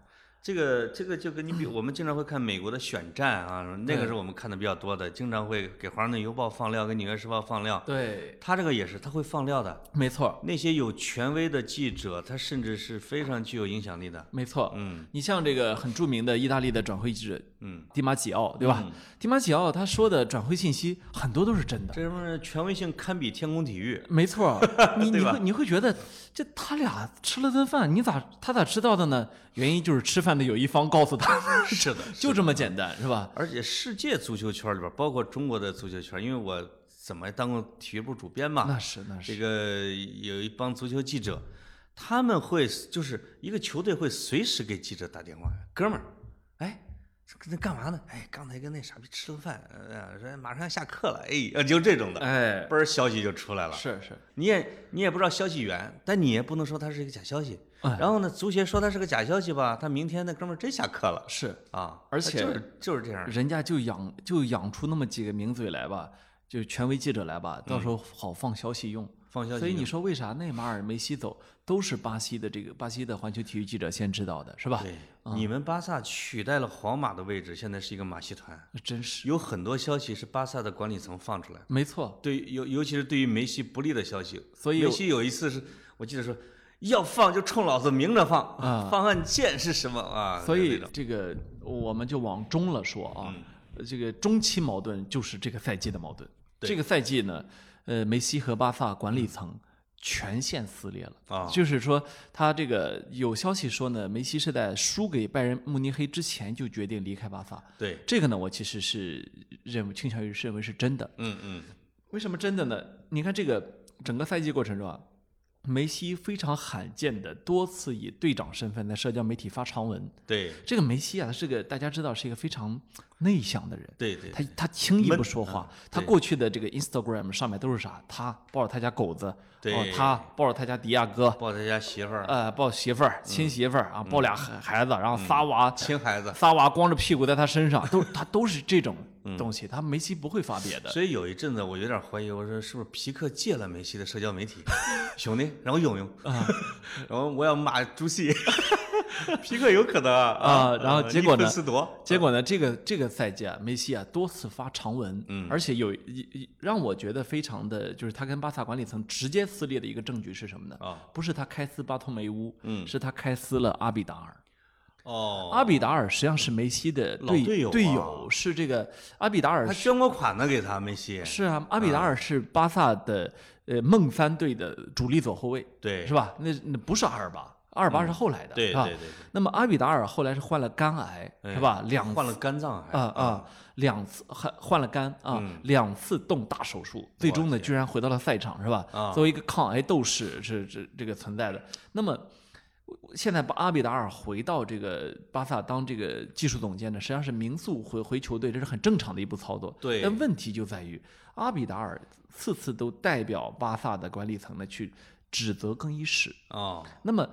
[SPEAKER 1] 这个这个就跟你比，
[SPEAKER 2] 嗯
[SPEAKER 1] 我们经常会看美国的选战啊，那个是我们看的比较多的，经常会给《华盛顿邮报》放料，给《纽约时报》放料。
[SPEAKER 2] 对，
[SPEAKER 1] 他这个也是，他会放料的。
[SPEAKER 2] 没错，
[SPEAKER 1] 那些有权威的记者，他甚至是非常具有影响力的。
[SPEAKER 2] 没错。
[SPEAKER 1] 嗯
[SPEAKER 2] 你像这个很著名的意大利的转会记者
[SPEAKER 1] 嗯，
[SPEAKER 2] 迪马吉奥，对吧？迪马吉奥他说的转会信息很多都是真的，
[SPEAKER 1] 这什么权威性堪比天宫体育？
[SPEAKER 2] 没错儿。你你
[SPEAKER 1] 对吧
[SPEAKER 2] 会你会觉得这他俩吃了顿饭，你咋他咋知道的呢？原因就是吃饭的有一方告诉他，
[SPEAKER 1] 是的，
[SPEAKER 2] 就这么简单，是吧？
[SPEAKER 1] 而且世界足球圈里边，包括中国的足球圈，因为我怎么当过体育部主编嘛，
[SPEAKER 2] 那是那是，
[SPEAKER 1] 这个有一帮足球记者，他们会就是一个球队会随时给记者打电话，哥们儿，哎，那干嘛呢？哎，刚才跟那傻逼吃了饭，呃，说马上要下课了，哎，呃就这种的，
[SPEAKER 2] 哎，
[SPEAKER 1] 嘣儿消息就出来了。
[SPEAKER 2] 是是，
[SPEAKER 1] 你也你也不知道消息源，但你也不能说它是一个假消息。
[SPEAKER 2] 哎
[SPEAKER 1] 然后呢，足协说它是个假消息吧，他明天那哥们儿真下课了
[SPEAKER 2] 是，
[SPEAKER 1] 啊！
[SPEAKER 2] 而
[SPEAKER 1] 他
[SPEAKER 2] 且
[SPEAKER 1] 就是就是这样儿，
[SPEAKER 2] 人家就养就养出那么几个名嘴来吧，就是权威记者来吧，到时候好放消息用。
[SPEAKER 1] 嗯放消息。
[SPEAKER 2] 所以你说为啥内马尔、梅西走，都是巴西的这个巴西的环球体育记者先知道的，是吧？啊
[SPEAKER 1] 对，你们巴萨取代了皇马的位置，现在是一个马戏团，
[SPEAKER 2] 真是，
[SPEAKER 1] 有很多消息是巴萨的管理层放出来的。
[SPEAKER 2] 没错，
[SPEAKER 1] 对，尤尤其是对于梅西不利的消息，
[SPEAKER 2] 所以
[SPEAKER 1] 梅西有一次是我记得说，要放就冲老子明着放，
[SPEAKER 2] 啊
[SPEAKER 1] 方案键是什么啊？
[SPEAKER 2] 所
[SPEAKER 1] 就那
[SPEAKER 2] 以
[SPEAKER 1] 种嗯
[SPEAKER 2] 这个我们就往中了说啊，这个中期矛盾就是这个赛季的矛盾。这个赛季呢，呃，梅西和巴萨管理层全线撕裂了。
[SPEAKER 1] 啊，
[SPEAKER 2] 就是说，他这个有消息说呢，梅西是在输给拜仁慕尼黑之前就决定离开巴萨。
[SPEAKER 1] 对，
[SPEAKER 2] 这个呢，我其实是认为倾向于认为是真的。
[SPEAKER 1] 嗯嗯，
[SPEAKER 2] 为什么真的呢？你看这个整个赛季过程中啊，梅西非常罕见的多次以队长身份在社交媒体发长文。
[SPEAKER 1] 对
[SPEAKER 2] 这个梅西啊，他是个大家知道是一个非常内向的人，
[SPEAKER 1] 对对，
[SPEAKER 2] 他他轻易不说话，他
[SPEAKER 1] 对
[SPEAKER 2] 过去的这个 Instagram 上面都是啥？他抱着他家狗子，哦
[SPEAKER 1] 对，
[SPEAKER 2] 他抱着他家迪亚哥，
[SPEAKER 1] 抱他家媳妇儿，
[SPEAKER 2] 呃，抱媳妇儿、亲媳妇儿啊，抱俩孩孩子，然后仨娃，
[SPEAKER 1] 嗯亲孩子。
[SPEAKER 2] 仨娃光着屁股在他身上， 都他都是这种
[SPEAKER 1] 嗯
[SPEAKER 2] 东西，他梅西不会发别的。
[SPEAKER 1] 所以有一阵子我有点怀疑，我说是不是皮克借了梅西的社交媒 体，兄弟，让我用用，
[SPEAKER 2] 啊
[SPEAKER 1] 然后我要骂朱熹， 皮克有可能啊，
[SPEAKER 2] 啊然后
[SPEAKER 1] 呃
[SPEAKER 2] 结果呢
[SPEAKER 1] 尼克斯铎，
[SPEAKER 2] 结果呢，这个这个赛季啊，梅西啊多次发长文，嗯，而且有一一让我觉得非常的就是他跟巴萨管理层直接撕裂的一个证据是什么呢？
[SPEAKER 1] 啊，
[SPEAKER 2] 不是他开撕巴托梅乌，嗯，是他开撕了阿比达尔。
[SPEAKER 1] 哦，
[SPEAKER 2] 阿比达尔实际上是梅西的
[SPEAKER 1] 老
[SPEAKER 2] 队
[SPEAKER 1] 队友啊
[SPEAKER 2] 是这个阿比达尔
[SPEAKER 1] 他嗯捐过款呢给他梅西，
[SPEAKER 2] 是啊，阿比达尔是巴萨的呃梦三队的主力左后卫，
[SPEAKER 1] 对嗯
[SPEAKER 2] 是吧？啊那那不是阿尔巴，阿尔巴是后来的，
[SPEAKER 1] 对
[SPEAKER 2] 是吧？
[SPEAKER 1] 对对对
[SPEAKER 2] 那么阿比达尔后来是患了肝癌，是吧？两
[SPEAKER 1] 换了肝脏还
[SPEAKER 2] 啊啊，两次还换了肝啊，
[SPEAKER 1] 嗯
[SPEAKER 2] 两次动大手术，最终呢居然回到了赛场，是吧？
[SPEAKER 1] 啊
[SPEAKER 2] 作为一个抗癌斗士是这这个存在的。那么我现在把阿比达尔回到这个巴萨当这个技术总监呢，实际上是名宿回回球队，这是很正常的一步操作。
[SPEAKER 1] 对
[SPEAKER 2] 但问题就在于阿比达尔次次都代表巴萨的管理层呢去指责更衣室，
[SPEAKER 1] 哦，
[SPEAKER 2] 那么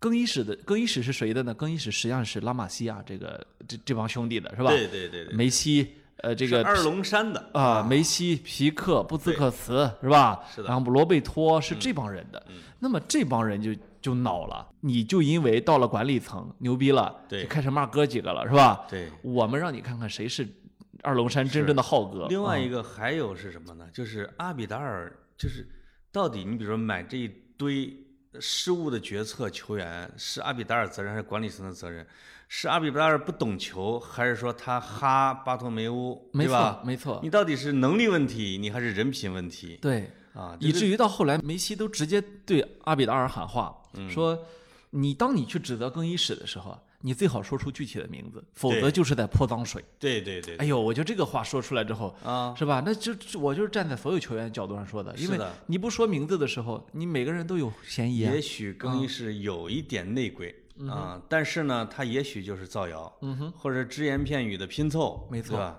[SPEAKER 2] 更衣室的更衣室是谁的呢？更衣室实际上是拉玛西亚这个这这帮兄弟的是吧？
[SPEAKER 1] 对对对对，
[SPEAKER 2] 梅西，呃，这个
[SPEAKER 1] 是二龙山的
[SPEAKER 2] 啊、梅西、皮克、布兹克茨是吧？
[SPEAKER 1] 是的嗯
[SPEAKER 2] 然后罗贝托是这帮人的，那么这帮人就就恼了，你就因为到了管理层牛逼了，
[SPEAKER 1] 对
[SPEAKER 2] 就开始骂哥几个了是吧？
[SPEAKER 1] 对。
[SPEAKER 2] 我们让你看看谁是二龙山真正的浩哥。
[SPEAKER 1] 另外
[SPEAKER 2] 啊
[SPEAKER 1] 一个还有是什么呢？就是阿比达尔，就是到底你比如说买这一堆呃失误的决策球员，是阿比达尔责任还是管理层的责任？是阿比达尔不懂球，还是说他哈巴托梅乌，
[SPEAKER 2] 没
[SPEAKER 1] 对
[SPEAKER 2] 错
[SPEAKER 1] 吧？
[SPEAKER 2] 没错，
[SPEAKER 1] 你到底是能力问题，你还是人品问题
[SPEAKER 2] 对。
[SPEAKER 1] 啊？
[SPEAKER 2] 以
[SPEAKER 1] 这
[SPEAKER 2] 至于到后来，梅西都直接对阿比达尔喊话，
[SPEAKER 1] 嗯
[SPEAKER 2] 说：“你当你去指责更衣室的时候，啊你最好说出具体的名字，否则
[SPEAKER 1] 对
[SPEAKER 2] 就是在泼脏水。
[SPEAKER 1] 对对对”
[SPEAKER 2] 哎
[SPEAKER 1] 对
[SPEAKER 2] 呦，我觉得这个话说出来之后，
[SPEAKER 1] 啊，
[SPEAKER 2] 是吧？那就就我就是站在所有球员角度上说的，因
[SPEAKER 1] 是
[SPEAKER 2] 为
[SPEAKER 1] 的
[SPEAKER 2] 你不说名字的时候，你每个人都有嫌疑啊。
[SPEAKER 1] 也许更衣室有一点内鬼
[SPEAKER 2] 嗯
[SPEAKER 1] 啊，但是呢，他也许就是造谣，或者只言片语的拼凑，
[SPEAKER 2] 没
[SPEAKER 1] 对
[SPEAKER 2] 错
[SPEAKER 1] 吧。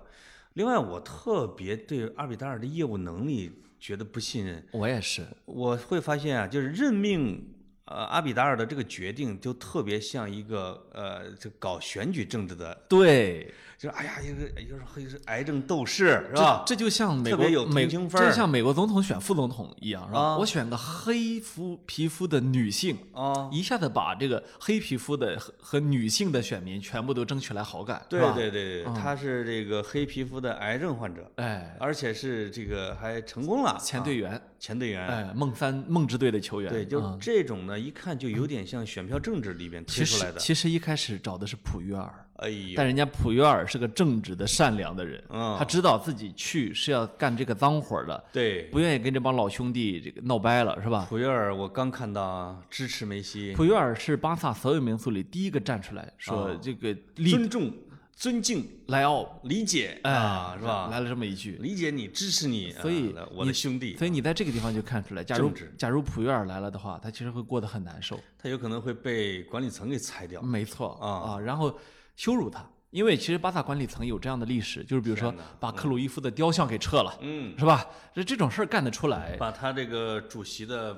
[SPEAKER 1] 另外，我特别对阿比达尔的业务能力觉得不信任。
[SPEAKER 2] 我也是，
[SPEAKER 1] 我会发现啊，就是任命呃阿比达尔的这个决定，就特别像一个呃，就搞选举政治的，
[SPEAKER 2] 对，
[SPEAKER 1] 就是哎呀，一个一个一个癌症斗士是
[SPEAKER 2] 这
[SPEAKER 1] 吧？
[SPEAKER 2] 这就像美
[SPEAKER 1] 特
[SPEAKER 2] 国
[SPEAKER 1] 别有同
[SPEAKER 2] 美
[SPEAKER 1] 情分
[SPEAKER 2] 这
[SPEAKER 1] 儿
[SPEAKER 2] 像美国总统选副总统一样，是吧？
[SPEAKER 1] 啊
[SPEAKER 2] 我选个黑肤皮肤的女性，
[SPEAKER 1] 啊，
[SPEAKER 2] 一下子把这个黑皮肤的和和女性的选民全部都争取来好感，
[SPEAKER 1] 对
[SPEAKER 2] 是吧，嗯
[SPEAKER 1] 对对对，他是这个黑皮肤的癌症患者，
[SPEAKER 2] 哎，
[SPEAKER 1] 而且是这个还成功了，啊
[SPEAKER 2] 前队员，
[SPEAKER 1] 前队员，
[SPEAKER 2] 哎，梦三梦之队的球员，
[SPEAKER 1] 对，
[SPEAKER 2] 嗯
[SPEAKER 1] 就这种呢，一看就有点像选票政治里边
[SPEAKER 2] 其
[SPEAKER 1] 推出来
[SPEAKER 2] 实
[SPEAKER 1] 的。
[SPEAKER 2] 其实一开始找的是普约尔，
[SPEAKER 1] 哎呦，
[SPEAKER 2] 但人家普约尔是个正直的、善良的人，
[SPEAKER 1] 嗯
[SPEAKER 2] 他知道自己去是要干这个脏活儿的，
[SPEAKER 1] 对，
[SPEAKER 2] 不愿意跟这帮老兄弟这个闹掰了，是吧？
[SPEAKER 1] 普约尔，我刚看到啊，支持梅西，啊
[SPEAKER 2] 普约尔是巴萨所有名宿里第一个站出来说这个力
[SPEAKER 1] 尊重尊敬、
[SPEAKER 2] 莱奥，
[SPEAKER 1] 理解
[SPEAKER 2] 哎，
[SPEAKER 1] 啊，是吧？
[SPEAKER 2] 来了这么一句，
[SPEAKER 1] 理解你，支持你，
[SPEAKER 2] 所以
[SPEAKER 1] 啊我的
[SPEAKER 2] 你
[SPEAKER 1] 兄弟，
[SPEAKER 2] 所以你在这个地方就看出来，假如
[SPEAKER 1] 政治
[SPEAKER 2] 假如普院来了的话，他其实会过得很难受。
[SPEAKER 1] 他有可能会被管理层给裁掉。
[SPEAKER 2] 没错
[SPEAKER 1] 啊
[SPEAKER 2] 啊，然后羞辱他，因为其实巴萨管理层有这样的历史，就是比如说
[SPEAKER 1] 天哪
[SPEAKER 2] 把克鲁伊夫的雕像给撤了，
[SPEAKER 1] 嗯，
[SPEAKER 2] 是吧？这这种事儿干得出来，
[SPEAKER 1] 把他这个主席的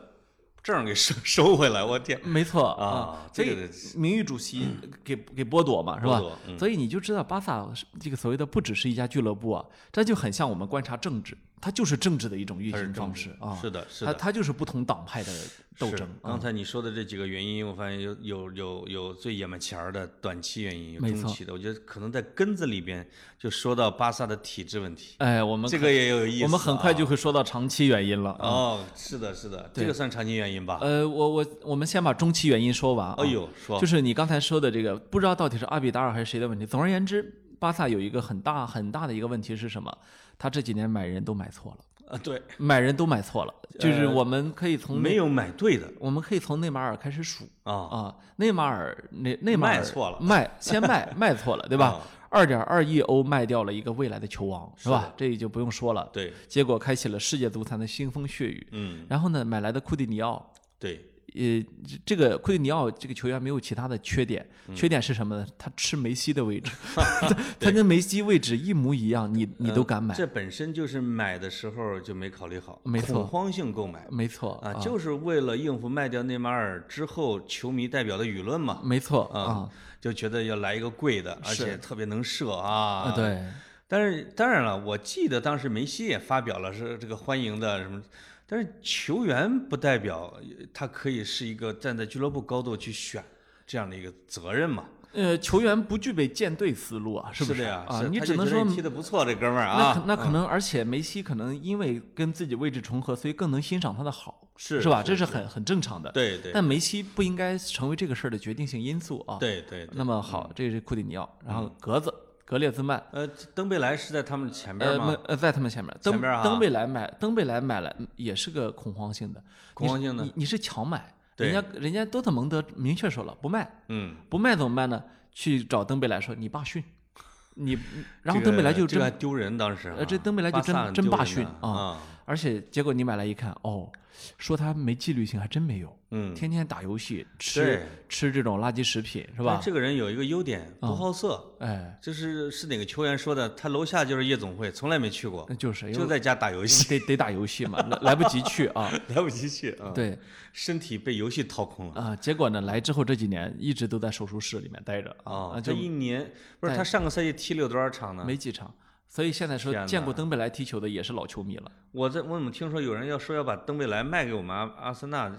[SPEAKER 1] 证儿给收 收回来，我天！
[SPEAKER 2] 没错
[SPEAKER 1] 啊
[SPEAKER 2] 哦所
[SPEAKER 1] 这
[SPEAKER 2] 以
[SPEAKER 1] 个嗯
[SPEAKER 2] 名誉主席给给剥夺嘛，是
[SPEAKER 1] 剥
[SPEAKER 2] 吧
[SPEAKER 1] 夺？嗯
[SPEAKER 2] 所以你就知道巴萨是这个所谓的不只是一家俱乐部啊，这就很像我们观察政治，它就是政治的一种运行方式啊，
[SPEAKER 1] 是的，是
[SPEAKER 2] 它
[SPEAKER 1] 的。
[SPEAKER 2] 它就是不同党派的斗
[SPEAKER 1] 是
[SPEAKER 2] 争啊。
[SPEAKER 1] 刚才你说的这几个原因，我发现有有有有最眼巴前儿的短期原因，有
[SPEAKER 2] 没
[SPEAKER 1] 中
[SPEAKER 2] 错
[SPEAKER 1] 期的。我觉得可能在根子里边就说到巴萨的体制问题，
[SPEAKER 2] 哎，我们
[SPEAKER 1] 这个也有意思啊。
[SPEAKER 2] 我们很快就会说到长期原因了。
[SPEAKER 1] 哦，是的，是的，这个算长期原因吧？
[SPEAKER 2] 呃，我我我们先把中期原因说完啊。
[SPEAKER 1] 哎呦，说
[SPEAKER 2] 就是你刚才说的这个，不知道到底是阿比达尔还是谁的问题。总而言之，巴萨有一个很大很大的一个问题是什么？他这几年买人都买错了，
[SPEAKER 1] 啊，对，
[SPEAKER 2] 买人都买错了。就是我们可以从内，
[SPEAKER 1] 呃没有买对的
[SPEAKER 2] 我们可以从内马尔开始数
[SPEAKER 1] 啊，
[SPEAKER 2] 啊，内马尔内内马尔
[SPEAKER 1] 卖错了
[SPEAKER 2] 卖先卖卖错了，对吧
[SPEAKER 1] 啊？
[SPEAKER 2] 二点二亿欧卖掉了一个未来的球王，是
[SPEAKER 1] 是
[SPEAKER 2] 吧？这也就不用说了。
[SPEAKER 1] 对，
[SPEAKER 2] 结果开启了世界足坛的腥风血雨。
[SPEAKER 1] 嗯，
[SPEAKER 2] 然后呢，买来的库蒂尼奥
[SPEAKER 1] 对，
[SPEAKER 2] 呃，这个库蒂尼奥这个球员没有其他的缺点，
[SPEAKER 1] 嗯
[SPEAKER 2] 缺点是什么呢？他吃梅西 的位置，他他跟梅西位置一模一样，你你都敢
[SPEAKER 1] 嗯
[SPEAKER 2] 买？
[SPEAKER 1] 这本身就是买的时候就没考虑好，
[SPEAKER 2] 没错
[SPEAKER 1] 恐慌性购买
[SPEAKER 2] 没错
[SPEAKER 1] 啊，就是为了应付卖掉内马尔之后球迷代表的舆论嘛，
[SPEAKER 2] 没错
[SPEAKER 1] 啊
[SPEAKER 2] 啊，
[SPEAKER 1] 就觉得要来一个贵的，而
[SPEAKER 2] 是
[SPEAKER 1] 且特别能射啊
[SPEAKER 2] 啊，，对，
[SPEAKER 1] 但是当然了，我记得当时梅西也发表了是这个欢迎的什么，但是球员不代表他可以是一个站在俱乐部高度去选这样的一个责任嘛，
[SPEAKER 2] 呃，球员不具备舰队思路啊，是不
[SPEAKER 1] 的呀？
[SPEAKER 2] 啊，
[SPEAKER 1] 是
[SPEAKER 2] 你
[SPEAKER 1] 他就
[SPEAKER 2] 只能
[SPEAKER 1] 觉得
[SPEAKER 2] 说
[SPEAKER 1] 你踢得不错，这哥们儿
[SPEAKER 2] 那
[SPEAKER 1] 啊
[SPEAKER 2] 可，那可能，而且梅西可能因为跟自己位置重合，所以更能欣赏他的好，
[SPEAKER 1] 是
[SPEAKER 2] 是吧？
[SPEAKER 1] 是
[SPEAKER 2] 这是很很正常的。
[SPEAKER 1] 对对
[SPEAKER 2] 但梅西不应该成为这个事儿的决定性因素啊。。
[SPEAKER 1] 对嗯对对。
[SPEAKER 2] 那么好，这是库蒂尼奥，然后格子格列兹曼，
[SPEAKER 1] 呃，登贝莱是在他们前边
[SPEAKER 2] 呃，没
[SPEAKER 1] 吗？
[SPEAKER 2] 呃，在他们前面，
[SPEAKER 1] 前
[SPEAKER 2] 登
[SPEAKER 1] 边儿啊
[SPEAKER 2] 登贝莱买登贝莱买了也是个恐慌性的，
[SPEAKER 1] 恐慌性的
[SPEAKER 2] 你是你你是强买，
[SPEAKER 1] 对
[SPEAKER 2] 人家人家多特蒙德明确说了不卖，
[SPEAKER 1] 嗯，
[SPEAKER 2] 不卖怎么办呢？去找登贝莱说你罢训，你然
[SPEAKER 1] 嗯
[SPEAKER 2] 后
[SPEAKER 1] 这
[SPEAKER 2] 登
[SPEAKER 1] 个
[SPEAKER 2] 贝莱就
[SPEAKER 1] 这个还，
[SPEAKER 2] 真
[SPEAKER 1] 丢人，当时啊
[SPEAKER 2] 呃这登贝莱就
[SPEAKER 1] 巴萨
[SPEAKER 2] 真
[SPEAKER 1] 很
[SPEAKER 2] 真
[SPEAKER 1] 丢
[SPEAKER 2] 罢
[SPEAKER 1] 人
[SPEAKER 2] 训
[SPEAKER 1] 的
[SPEAKER 2] 啊
[SPEAKER 1] 啊，
[SPEAKER 2] 而且结果你买来一看，哦，说他没纪律性还真没有，
[SPEAKER 1] 嗯，
[SPEAKER 2] 天天打游戏，
[SPEAKER 1] 对
[SPEAKER 2] 吃吃这种垃圾食品是
[SPEAKER 1] 是
[SPEAKER 2] 吧？嗯
[SPEAKER 1] 这个人有一个优点，不好色。
[SPEAKER 2] 哎，
[SPEAKER 1] 这是是哪个球员说的？他楼下就是夜总会，从来没去过
[SPEAKER 2] 那，就是因
[SPEAKER 1] 就
[SPEAKER 2] 为
[SPEAKER 1] 在家打游戏，
[SPEAKER 2] 得得打游戏嘛，来来不及去啊，
[SPEAKER 1] 来不及去啊。，
[SPEAKER 2] 对。
[SPEAKER 1] 身体被游戏掏空了。
[SPEAKER 2] 啊、结果呢，来之后这几年一直都在手术室里面待着啊，
[SPEAKER 1] 啊，
[SPEAKER 2] 啊
[SPEAKER 1] 这
[SPEAKER 2] 就
[SPEAKER 1] 一年不是
[SPEAKER 2] 在
[SPEAKER 1] 他上个赛季踢了有多少场呢？
[SPEAKER 2] 没几场。所以现在说
[SPEAKER 1] 天
[SPEAKER 2] 见
[SPEAKER 1] 哪
[SPEAKER 2] 过登贝莱踢球的也是老球迷了。
[SPEAKER 1] 我在我怎么听说有人要说要把登贝莱卖给我们阿阿森纳？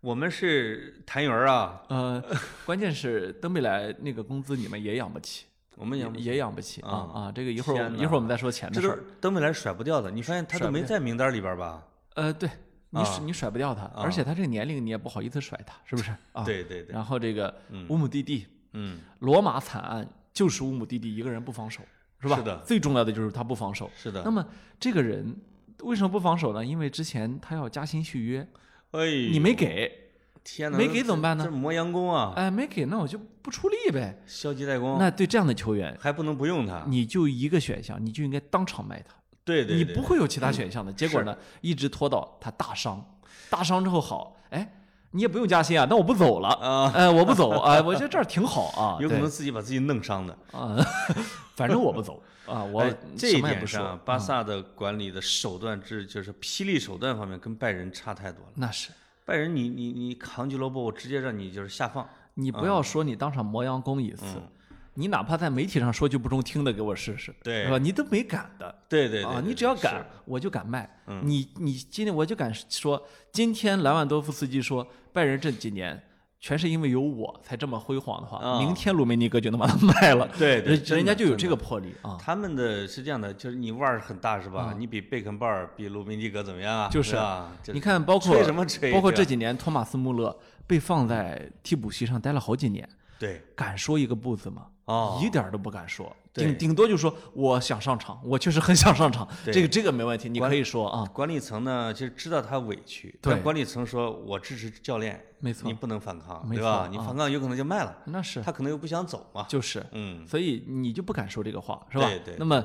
[SPEAKER 1] 我们是谭员儿啊，
[SPEAKER 2] 呃， 关键是登贝莱那个工资你们也养不起，
[SPEAKER 1] 我们也
[SPEAKER 2] 也也养不起啊
[SPEAKER 1] 啊
[SPEAKER 2] 啊！这个一会儿我
[SPEAKER 1] 天
[SPEAKER 2] 们
[SPEAKER 1] 哪
[SPEAKER 2] 一会儿我们再说钱的
[SPEAKER 1] 这
[SPEAKER 2] 事
[SPEAKER 1] 都
[SPEAKER 2] 儿。
[SPEAKER 1] 是登贝莱甩不掉的。你发现他
[SPEAKER 2] 甩
[SPEAKER 1] 都
[SPEAKER 2] 不
[SPEAKER 1] 没在名单里边儿吧？
[SPEAKER 2] 呃，对你
[SPEAKER 1] 啊
[SPEAKER 2] 甩你甩不掉他，而且他这个年龄你也不好意思甩他，是不是啊？。
[SPEAKER 1] 对对对，
[SPEAKER 2] 然后这个乌姆蒂蒂，
[SPEAKER 1] 嗯，
[SPEAKER 2] 罗马惨案就是乌姆蒂蒂一个人不防守，是吧？
[SPEAKER 1] 是的
[SPEAKER 2] 最重要的就是他不防守。
[SPEAKER 1] 是的
[SPEAKER 2] 那。么这个人为什么不防守呢？因为之前他要加薪续约，
[SPEAKER 1] 哎，
[SPEAKER 2] 你没给，
[SPEAKER 1] 天哪，
[SPEAKER 2] 没给怎么办呢
[SPEAKER 1] 这磨洋工啊，哦
[SPEAKER 2] 哎，没给，那我就不出力呗。
[SPEAKER 1] 消极怠工，
[SPEAKER 2] 那对这样的球员，
[SPEAKER 1] 还不能不用他。
[SPEAKER 2] 你就一个选项，你就应该当场卖他，
[SPEAKER 1] 对对，
[SPEAKER 2] 嗯你
[SPEAKER 1] 对嗯
[SPEAKER 2] 不会有其他选项的。结果呢，一直拖到他大伤，大伤之后好，哎，你也不用加 薪啊，那我不走了，
[SPEAKER 1] 啊，
[SPEAKER 2] 哎，我不走啊，我觉得这儿挺好 啊，
[SPEAKER 1] 有可能
[SPEAKER 2] 对
[SPEAKER 1] 自己把自己弄伤的。
[SPEAKER 2] 啊， 反正我不走啊，我
[SPEAKER 1] 哎这
[SPEAKER 2] 什
[SPEAKER 1] 一
[SPEAKER 2] 么也不
[SPEAKER 1] 点
[SPEAKER 2] 说，嗯
[SPEAKER 1] 上，巴萨的管理的手段制就是霹雳手段方面跟拜仁差太多了。
[SPEAKER 2] 那是。
[SPEAKER 1] 拜仁，你你你扛俱乐部，我直接让你就是下放。
[SPEAKER 2] 你不要说你当场磨洋工一次，
[SPEAKER 1] 嗯
[SPEAKER 2] 你哪怕在媒体上说句不中听的，给我试试，
[SPEAKER 1] 对
[SPEAKER 2] 是吧？你都没敢的
[SPEAKER 1] 对对对
[SPEAKER 2] 啊！
[SPEAKER 1] 对
[SPEAKER 2] 你
[SPEAKER 1] 对
[SPEAKER 2] 只要
[SPEAKER 1] 是嗯
[SPEAKER 2] 敢，我就敢卖。你你今天我就敢说，今天莱万多夫斯基说拜仁这几年。全是因为有我才这么辉煌的话，
[SPEAKER 1] 啊
[SPEAKER 2] 明天鲁梅尼格就能把它 卖了。
[SPEAKER 1] 对对
[SPEAKER 2] 人
[SPEAKER 1] 真的
[SPEAKER 2] 人家就有
[SPEAKER 1] 真
[SPEAKER 2] 这个魄力啊。嗯
[SPEAKER 1] 他们的是这样的，就是你腕儿很大是吧？你比贝肯鲍尔、比卢宾蒂格怎么样啊？
[SPEAKER 2] 就是
[SPEAKER 1] 啊，就
[SPEAKER 2] 你看，包括
[SPEAKER 1] 吹什么吹？
[SPEAKER 2] 包括
[SPEAKER 1] 对
[SPEAKER 2] 这
[SPEAKER 1] 吧
[SPEAKER 2] 几年托马斯穆勒被放在替补席上待了好几年，
[SPEAKER 1] 对，
[SPEAKER 2] 敢说一个不字吗？
[SPEAKER 1] 哦
[SPEAKER 2] 一点儿都不敢说，
[SPEAKER 1] 对
[SPEAKER 2] 顶顶多就说我想上场，我确实很想上场，
[SPEAKER 1] 对
[SPEAKER 2] 这个这个没问题，你可以说啊，
[SPEAKER 1] 管理层呢，其实知道他委屈，
[SPEAKER 2] 对
[SPEAKER 1] 但管理层说：“我支持教练，
[SPEAKER 2] 没错
[SPEAKER 1] 你不能反抗，
[SPEAKER 2] 没
[SPEAKER 1] 对吧？
[SPEAKER 2] 错啊
[SPEAKER 1] 你反抗有可能就卖了，
[SPEAKER 2] 那是
[SPEAKER 1] 他可能又不想走嘛。
[SPEAKER 2] 就是”，
[SPEAKER 1] 嗯，
[SPEAKER 2] 所以你就不敢说这个话，是吧？
[SPEAKER 1] 对对
[SPEAKER 2] 那么，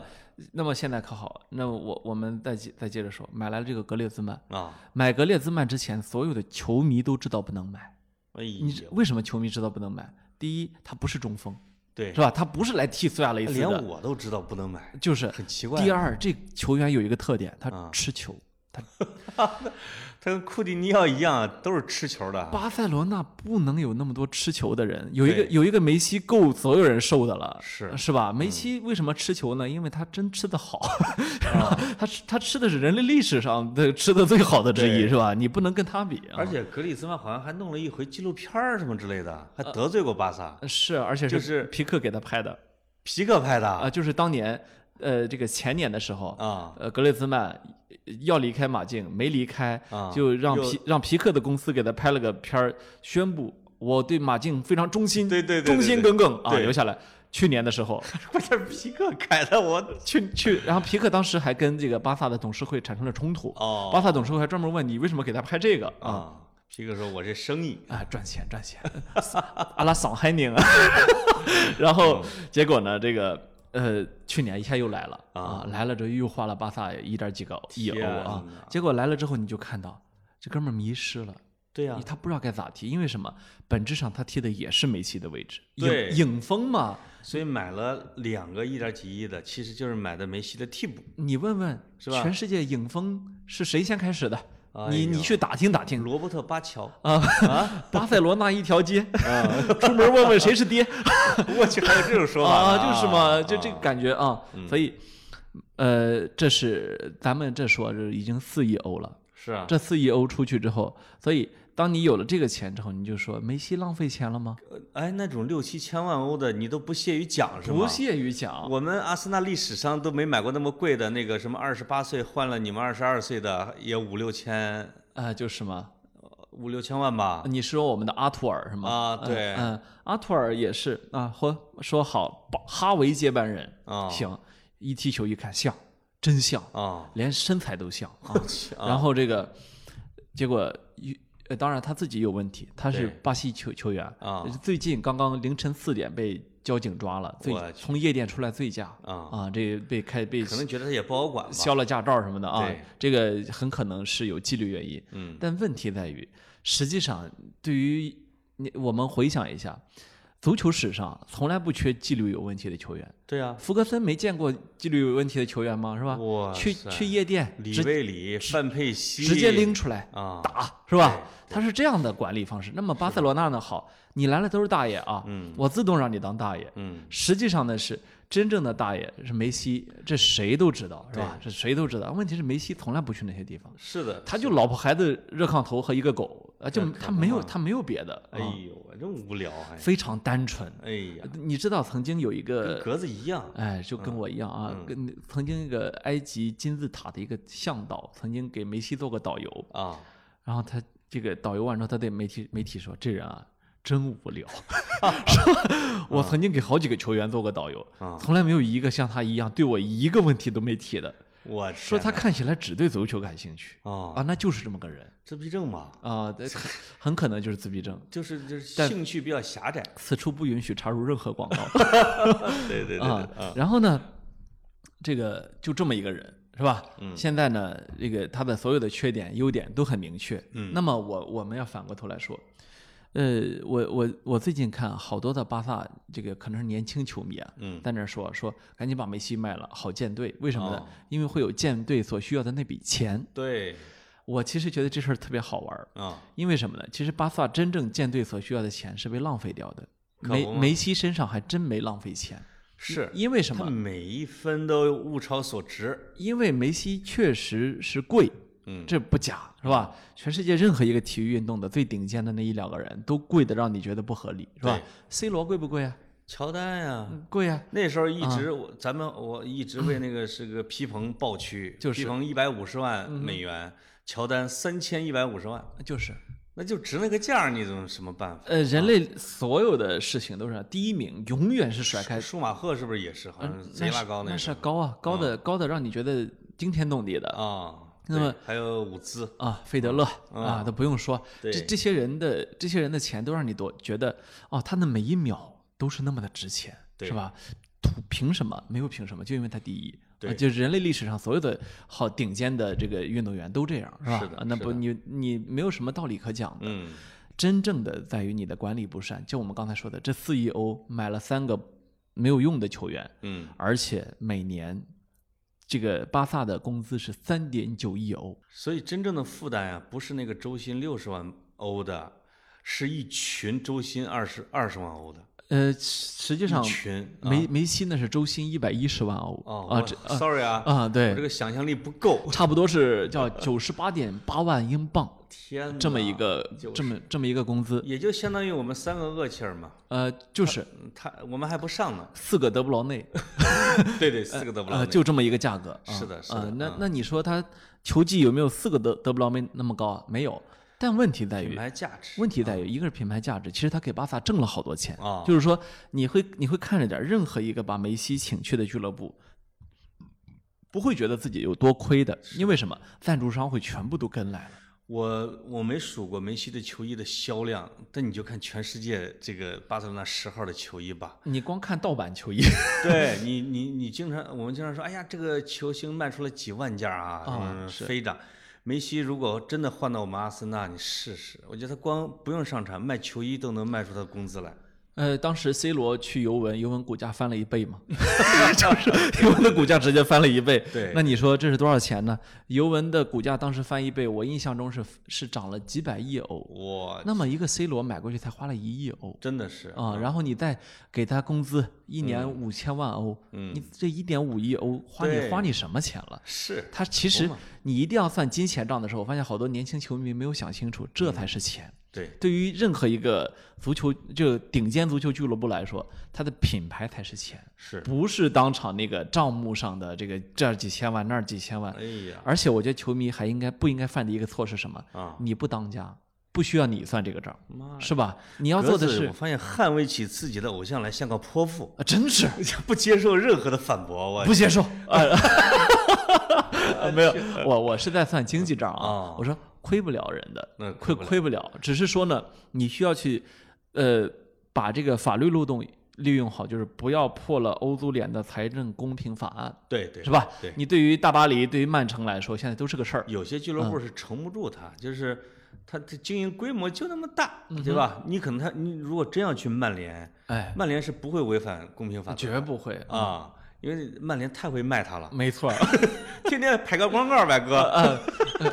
[SPEAKER 2] 那么现在可好？那我我们再接再接着说，买来了这个格列兹曼，
[SPEAKER 1] 啊，
[SPEAKER 2] 买格列兹曼之前，所有的球迷都知道不能买。
[SPEAKER 1] 哎
[SPEAKER 2] 你知
[SPEAKER 1] 呦，
[SPEAKER 2] 为什么球迷知道不能买？第一，他不是中锋，
[SPEAKER 1] 对
[SPEAKER 2] 是，吧？他不是来替苏亚雷斯
[SPEAKER 1] 连
[SPEAKER 2] 的，
[SPEAKER 1] 我都知道不能买，
[SPEAKER 2] 就是
[SPEAKER 1] 很奇怪。
[SPEAKER 2] 第二，这球员有一个特点，
[SPEAKER 1] 啊
[SPEAKER 2] 他吃球。
[SPEAKER 1] 他跟库蒂尼奥一样，都是吃球的啊。
[SPEAKER 2] 巴塞罗那不能有那么多吃球的人，有一个
[SPEAKER 1] 对
[SPEAKER 2] 有一个梅西够所有人受的了，
[SPEAKER 1] 是嗯
[SPEAKER 2] 是吧？梅西为什么吃球呢？因为他真吃 的好，是吧
[SPEAKER 1] 啊
[SPEAKER 2] 他吃他吃的是人类历史上的吃的最好的之一，
[SPEAKER 1] 对
[SPEAKER 2] 是吧？你不能跟他比啊，
[SPEAKER 1] 而且格里兹曼好像还弄了一回纪录片儿什么之类的，
[SPEAKER 2] 呃
[SPEAKER 1] 还得罪过巴萨，
[SPEAKER 2] 是而且
[SPEAKER 1] 就是
[SPEAKER 2] 皮克给他拍的
[SPEAKER 1] 皮克拍的
[SPEAKER 2] 啊、就是当年呃这个前年的时候
[SPEAKER 1] 啊
[SPEAKER 2] 呃，格列兹曼要离开马竞，没离开，
[SPEAKER 1] 啊
[SPEAKER 2] 就让
[SPEAKER 1] 又
[SPEAKER 2] 皮让皮克的公司给他拍了个片儿，宣布我对马竞非常忠心，
[SPEAKER 1] 对对对对
[SPEAKER 2] 忠心耿耿啊，
[SPEAKER 1] 对
[SPEAKER 2] 留下来。去年的时候，
[SPEAKER 1] 关键是皮克开的，我
[SPEAKER 2] 去去，然后皮克当时还跟这个巴萨的董事会产生了冲突，
[SPEAKER 1] 哦
[SPEAKER 2] 巴萨董事会还专门问你为什么给他拍这个啊？
[SPEAKER 1] 啊，皮克说我这生意
[SPEAKER 2] 啊，赚钱赚钱，阿拉桑海 宁啊，然
[SPEAKER 1] 嗯
[SPEAKER 2] 后结果呢，这个呃，去年一下又来了啊，来了之后又花了巴萨一点几个亿欧
[SPEAKER 1] 天
[SPEAKER 2] 啊
[SPEAKER 1] 哪，
[SPEAKER 2] 结果来了之后你就看到这哥们儿迷失了。
[SPEAKER 1] 对啊呀、
[SPEAKER 2] 他不知道该咋踢，因为什么？本质上他踢的也是梅西的位置，
[SPEAKER 1] 对
[SPEAKER 2] 影影锋嘛。
[SPEAKER 1] 所以买了两个一点几亿的，其实就是买的梅西的替补。
[SPEAKER 2] 你问问，
[SPEAKER 1] 是吧
[SPEAKER 2] 全世界影锋是谁先开始的？
[SPEAKER 1] 哎
[SPEAKER 2] 你
[SPEAKER 1] 呦
[SPEAKER 2] 你去打听打听
[SPEAKER 1] 罗伯特·巴乔
[SPEAKER 2] 啊！巴塞罗那一条街， 出门问问谁是爹
[SPEAKER 1] 我去，还有这种啊说法呢
[SPEAKER 2] 啊就是嘛，就这个
[SPEAKER 1] 啊
[SPEAKER 2] 感觉啊。所以，呃，这是咱们这说这已经四亿欧了，
[SPEAKER 1] 是啊，
[SPEAKER 2] 这四亿欧出去之后，所以当你有了这个钱之后，你就说梅西浪费钱了吗？
[SPEAKER 1] 哎，那种六七千万欧的，你都不屑于讲是吗？
[SPEAKER 2] 不屑于讲，
[SPEAKER 1] 我们阿森纳历史上都没买过那么贵的，那个什么二十八岁换了你们二十二岁的，也五六千，
[SPEAKER 2] 啊，就是嘛。
[SPEAKER 1] 五六千万吧。
[SPEAKER 2] 你是说我们的阿图尔是吗？
[SPEAKER 1] 啊
[SPEAKER 2] 嗯
[SPEAKER 1] 对
[SPEAKER 2] 嗯，阿图尔也是啊，或说好把哈维接班人
[SPEAKER 1] 啊
[SPEAKER 2] 行，一踢球一看像，真像，
[SPEAKER 1] 啊，
[SPEAKER 2] 连身材都像啊。然后这个结果一。呃，当然他自己有问题，他是
[SPEAKER 1] 对
[SPEAKER 2] 巴西球球员
[SPEAKER 1] 啊
[SPEAKER 2] 最近刚刚凌晨四点被交警抓了，醉
[SPEAKER 1] 我去
[SPEAKER 2] 从夜店出来醉驾
[SPEAKER 1] 啊
[SPEAKER 2] 啊，这被开被
[SPEAKER 1] 可能觉得他也不好管吧。
[SPEAKER 2] 销了驾照什么的啊
[SPEAKER 1] 对，
[SPEAKER 2] 这个很可能是有纪律原因。
[SPEAKER 1] 嗯，
[SPEAKER 2] 但问题在于，实际上对于你，我们回想一下，足球史上从来不缺纪律有问题的球员。
[SPEAKER 1] 对啊，
[SPEAKER 2] 福格森没见过纪律有问题的球员吗？是吧？
[SPEAKER 1] 哇
[SPEAKER 2] 去
[SPEAKER 1] 塞
[SPEAKER 2] 去夜店
[SPEAKER 1] 里
[SPEAKER 2] 直
[SPEAKER 1] 贝里、范佩西
[SPEAKER 2] 直接拎出来
[SPEAKER 1] 啊，
[SPEAKER 2] 打，是吧？他是这样的管理方式。那么巴塞罗那呢？好，你来了都是大爷啊，
[SPEAKER 1] 嗯
[SPEAKER 2] 我自动让你当大爷。
[SPEAKER 1] 嗯，
[SPEAKER 2] 实际上呢是真正的大爷是梅西，这谁都知道是吧？这谁都知道。问题是梅西从来不去那些地方，
[SPEAKER 1] 是的，
[SPEAKER 2] 他就老婆孩子热炕头和一个狗，啊，就
[SPEAKER 1] 那可
[SPEAKER 2] 他
[SPEAKER 1] 不
[SPEAKER 2] 没有
[SPEAKER 1] 嘛
[SPEAKER 2] 他没有别的，啊呃
[SPEAKER 1] 哎呦，真无聊还。
[SPEAKER 2] 非常单纯。
[SPEAKER 1] 哎呀，
[SPEAKER 2] 你知道曾经有一
[SPEAKER 1] 跟嗯
[SPEAKER 2] 个，
[SPEAKER 1] 格子一样
[SPEAKER 2] 哎，就跟我一样啊，跟曾经一个埃及金字塔的一个向导，曾经给梅西做过导游，
[SPEAKER 1] 啊，
[SPEAKER 2] 然后他这个导游完之后，他对媒体媒体说：“这人啊，真 无聊。” 说，我
[SPEAKER 1] 嗯
[SPEAKER 2] 曾经给好几个球员做过导游，
[SPEAKER 1] 啊
[SPEAKER 2] 从来没有一个像他一样对我一个问题都没提的。
[SPEAKER 1] 我
[SPEAKER 2] 说
[SPEAKER 1] 天
[SPEAKER 2] 他看起来只对足球感兴趣
[SPEAKER 1] 啊，
[SPEAKER 2] 啊，那就是这么个人
[SPEAKER 1] 自闭症嘛，
[SPEAKER 2] 啊，对 很很可能就是自闭症。
[SPEAKER 1] 就是就是兴趣比较狭窄。
[SPEAKER 2] 此处不允许插入任何广告。
[SPEAKER 1] 对 对对
[SPEAKER 2] 啊
[SPEAKER 1] 对，啊，
[SPEAKER 2] 然后呢，这个就这么一个人是吧？嗯，现在呢，这个他的所有的缺点、优点都很明确。嗯，那么我我们要反过头来说，呃，我我我最近看好多的巴萨这个可能是年轻球迷啊，
[SPEAKER 1] 嗯
[SPEAKER 2] 在那儿说说赶紧把梅西卖了，好建队。为什么呢？
[SPEAKER 1] 哦
[SPEAKER 2] 因为会有建队所需要的那笔钱。
[SPEAKER 1] 对
[SPEAKER 2] 我其实觉得这事儿特别好玩儿，
[SPEAKER 1] 啊，
[SPEAKER 2] 因为什么呢？其实巴萨真正建队所需要的钱是被浪费掉的。
[SPEAKER 1] 可
[SPEAKER 2] 梅
[SPEAKER 1] 不嘛
[SPEAKER 2] 梅西身上还真没浪费钱，
[SPEAKER 1] 是
[SPEAKER 2] 因为什么
[SPEAKER 1] 他？每一分都物超所值。
[SPEAKER 2] 因为梅西确实是贵，
[SPEAKER 1] 嗯
[SPEAKER 2] 这不假是吧？全世界任何一个体育运动的最顶尖的那一两个人都贵的让你觉得不合理，是吧
[SPEAKER 1] 对
[SPEAKER 2] ？C 罗贵不贵啊？
[SPEAKER 1] 乔丹呀，
[SPEAKER 2] 贵啊！
[SPEAKER 1] 那时候一直我咱们我一直为那个是个皮蓬抱屈，
[SPEAKER 2] 就是嗯
[SPEAKER 1] 皮蓬一百五十万美元，乔丹三千一百五十万，
[SPEAKER 2] 就是
[SPEAKER 1] 那就值那个价儿，你怎么什么办法？
[SPEAKER 2] 呃，人类所有的事情都是这样，第一名永远是甩开，
[SPEAKER 1] 舒马赫是不是也是？好像
[SPEAKER 2] 嗯
[SPEAKER 1] 贼拉高
[SPEAKER 2] 那是
[SPEAKER 1] 个
[SPEAKER 2] 那是高啊，高的高的让你觉得惊天动地的
[SPEAKER 1] 啊。对
[SPEAKER 2] 那么
[SPEAKER 1] 还有伍兹，
[SPEAKER 2] 啊，费德勒啊都不用说，这
[SPEAKER 1] 对
[SPEAKER 2] 这些人的这些人的钱都让你多觉得哦，他的每一秒都是那么的值钱，
[SPEAKER 1] 对
[SPEAKER 2] 是吧？图凭什么？没有凭什么，就因为他第一。
[SPEAKER 1] 对
[SPEAKER 2] 啊，就人类历史上所有的好顶尖的这个运动员都这样，是吧？
[SPEAKER 1] 是的
[SPEAKER 2] 啊那不
[SPEAKER 1] 是的
[SPEAKER 2] 你你没有什么道理可讲的。
[SPEAKER 1] 嗯，
[SPEAKER 2] 真正的在于你的管理不善，就我们刚才说的，这四亿欧买了三个没有用的球员，
[SPEAKER 1] 嗯，
[SPEAKER 2] 而且每年这个巴萨的工资是三点九亿欧，
[SPEAKER 1] 所以真正的负担啊，不是那个周薪六十万欧的，是一群周薪二十二十万欧的，
[SPEAKER 2] 呃，实实际上
[SPEAKER 1] 一群啊
[SPEAKER 2] 梅梅西那是周薪一百一十万欧
[SPEAKER 1] 哦
[SPEAKER 2] 啊，
[SPEAKER 1] 我
[SPEAKER 2] 这哦啊
[SPEAKER 1] ，sorry 啊，
[SPEAKER 2] 啊
[SPEAKER 1] 我这
[SPEAKER 2] 对，
[SPEAKER 1] 个想象力不够，
[SPEAKER 2] 差不多是叫九十八点八万英 镑
[SPEAKER 1] 天哪，
[SPEAKER 2] 这么一个
[SPEAKER 1] 90
[SPEAKER 2] 这么这么一个工资，
[SPEAKER 1] 也就相当于我们三个厄齐尔嘛，
[SPEAKER 2] 呃， 就是，
[SPEAKER 1] 嗯他我们还不上呢
[SPEAKER 2] 四个德布劳内，
[SPEAKER 1] 对对，四个德布劳
[SPEAKER 2] 呃，
[SPEAKER 1] 内，
[SPEAKER 2] 就这么一个价格。啊
[SPEAKER 1] 是的是
[SPEAKER 2] 啊
[SPEAKER 1] 的
[SPEAKER 2] 那
[SPEAKER 1] 嗯
[SPEAKER 2] 那你说他球技有没有四个德德布劳内那么高啊？没有。但问题在
[SPEAKER 1] 品
[SPEAKER 2] 于，
[SPEAKER 1] 牌价值，
[SPEAKER 2] 问题在于一个是品牌价值，其实他给巴萨挣了好多钱。
[SPEAKER 1] 啊
[SPEAKER 2] 就是说，你会你会看着点儿任何一个把梅西请去的俱乐部。不会觉得自己有多亏的，因为什么？赞助商会全部都跟来了。
[SPEAKER 1] 我我没数过梅西的球衣的销量，但你就看全世界这个巴塞罗那十号的球衣吧。
[SPEAKER 2] 你光看盗 版球衣，
[SPEAKER 1] 对你，你你经常我们经常说，哎呀，这个球星卖出了几万件啊，
[SPEAKER 2] 啊
[SPEAKER 1] 嗯
[SPEAKER 2] 是
[SPEAKER 1] 飞涨。梅西如果真的换到我们阿森纳，你试试，我觉得他光不用上场卖球衣都能卖出他的工资来。
[SPEAKER 2] 呃，当时 C 罗去尤文，尤文股价翻了一 倍嘛，就是尤文的股价直接翻了一倍。
[SPEAKER 1] 对
[SPEAKER 2] 那你说这是多少钱呢？尤文的股价当时翻一倍，我印象中是是涨了几百亿欧。
[SPEAKER 1] 我
[SPEAKER 2] 那么一个 C 罗买过去才花了一亿欧
[SPEAKER 1] 真的是嗯
[SPEAKER 2] 啊，然后你再给他工资一年五千万欧，你这一点五亿欧花你
[SPEAKER 1] 对
[SPEAKER 2] 花你什么钱了？
[SPEAKER 1] 是
[SPEAKER 2] 他其实你一定要算金钱账的时候，我发现好多年轻球迷没有想清楚，这
[SPEAKER 1] 嗯
[SPEAKER 2] 才是钱。
[SPEAKER 1] 对
[SPEAKER 2] 对于任何一个足球就顶尖足球俱乐部来说，它的品牌才是钱，
[SPEAKER 1] 是，
[SPEAKER 2] 不是当场那个账目上的这个这儿几千万那儿几千万。
[SPEAKER 1] 哎呀，
[SPEAKER 2] 而且我觉得球迷还应该不应该犯的一个错是什么？
[SPEAKER 1] 啊
[SPEAKER 2] 你不当家，不需要你算这个账，
[SPEAKER 1] 妈呀，
[SPEAKER 2] 是吧？你要
[SPEAKER 1] 格
[SPEAKER 2] 做的
[SPEAKER 1] 子
[SPEAKER 2] 是
[SPEAKER 1] 我发现捍卫起自己的偶像来像个泼妇，
[SPEAKER 2] 啊，真是
[SPEAKER 1] 不接受任何的反驳，我
[SPEAKER 2] 不接受啊！没有，我我是在算经济账啊
[SPEAKER 1] 啊。
[SPEAKER 2] 我说亏不了人的，
[SPEAKER 1] 那
[SPEAKER 2] 亏亏不了，只是说呢，你需要去，呃，把这个法律漏洞利用好，就是不要破了欧足联的财政公平法案，
[SPEAKER 1] 对对
[SPEAKER 2] 是吧？
[SPEAKER 1] 对，
[SPEAKER 2] 你对于大巴黎、对于曼城来说，现在都是个事儿。
[SPEAKER 1] 有些俱乐部
[SPEAKER 2] 嗯
[SPEAKER 1] 是撑不住他，就是他的经营规模就那么大，
[SPEAKER 2] 嗯
[SPEAKER 1] 对吧？你可能他你如果真要去曼联，
[SPEAKER 2] 哎，
[SPEAKER 1] 曼联是不会违反公平法则
[SPEAKER 2] 绝不会，
[SPEAKER 1] 啊，因为曼联太会卖他了，
[SPEAKER 2] 没 错儿。
[SPEAKER 1] 天天拍个广告呗，哥，
[SPEAKER 2] 嗯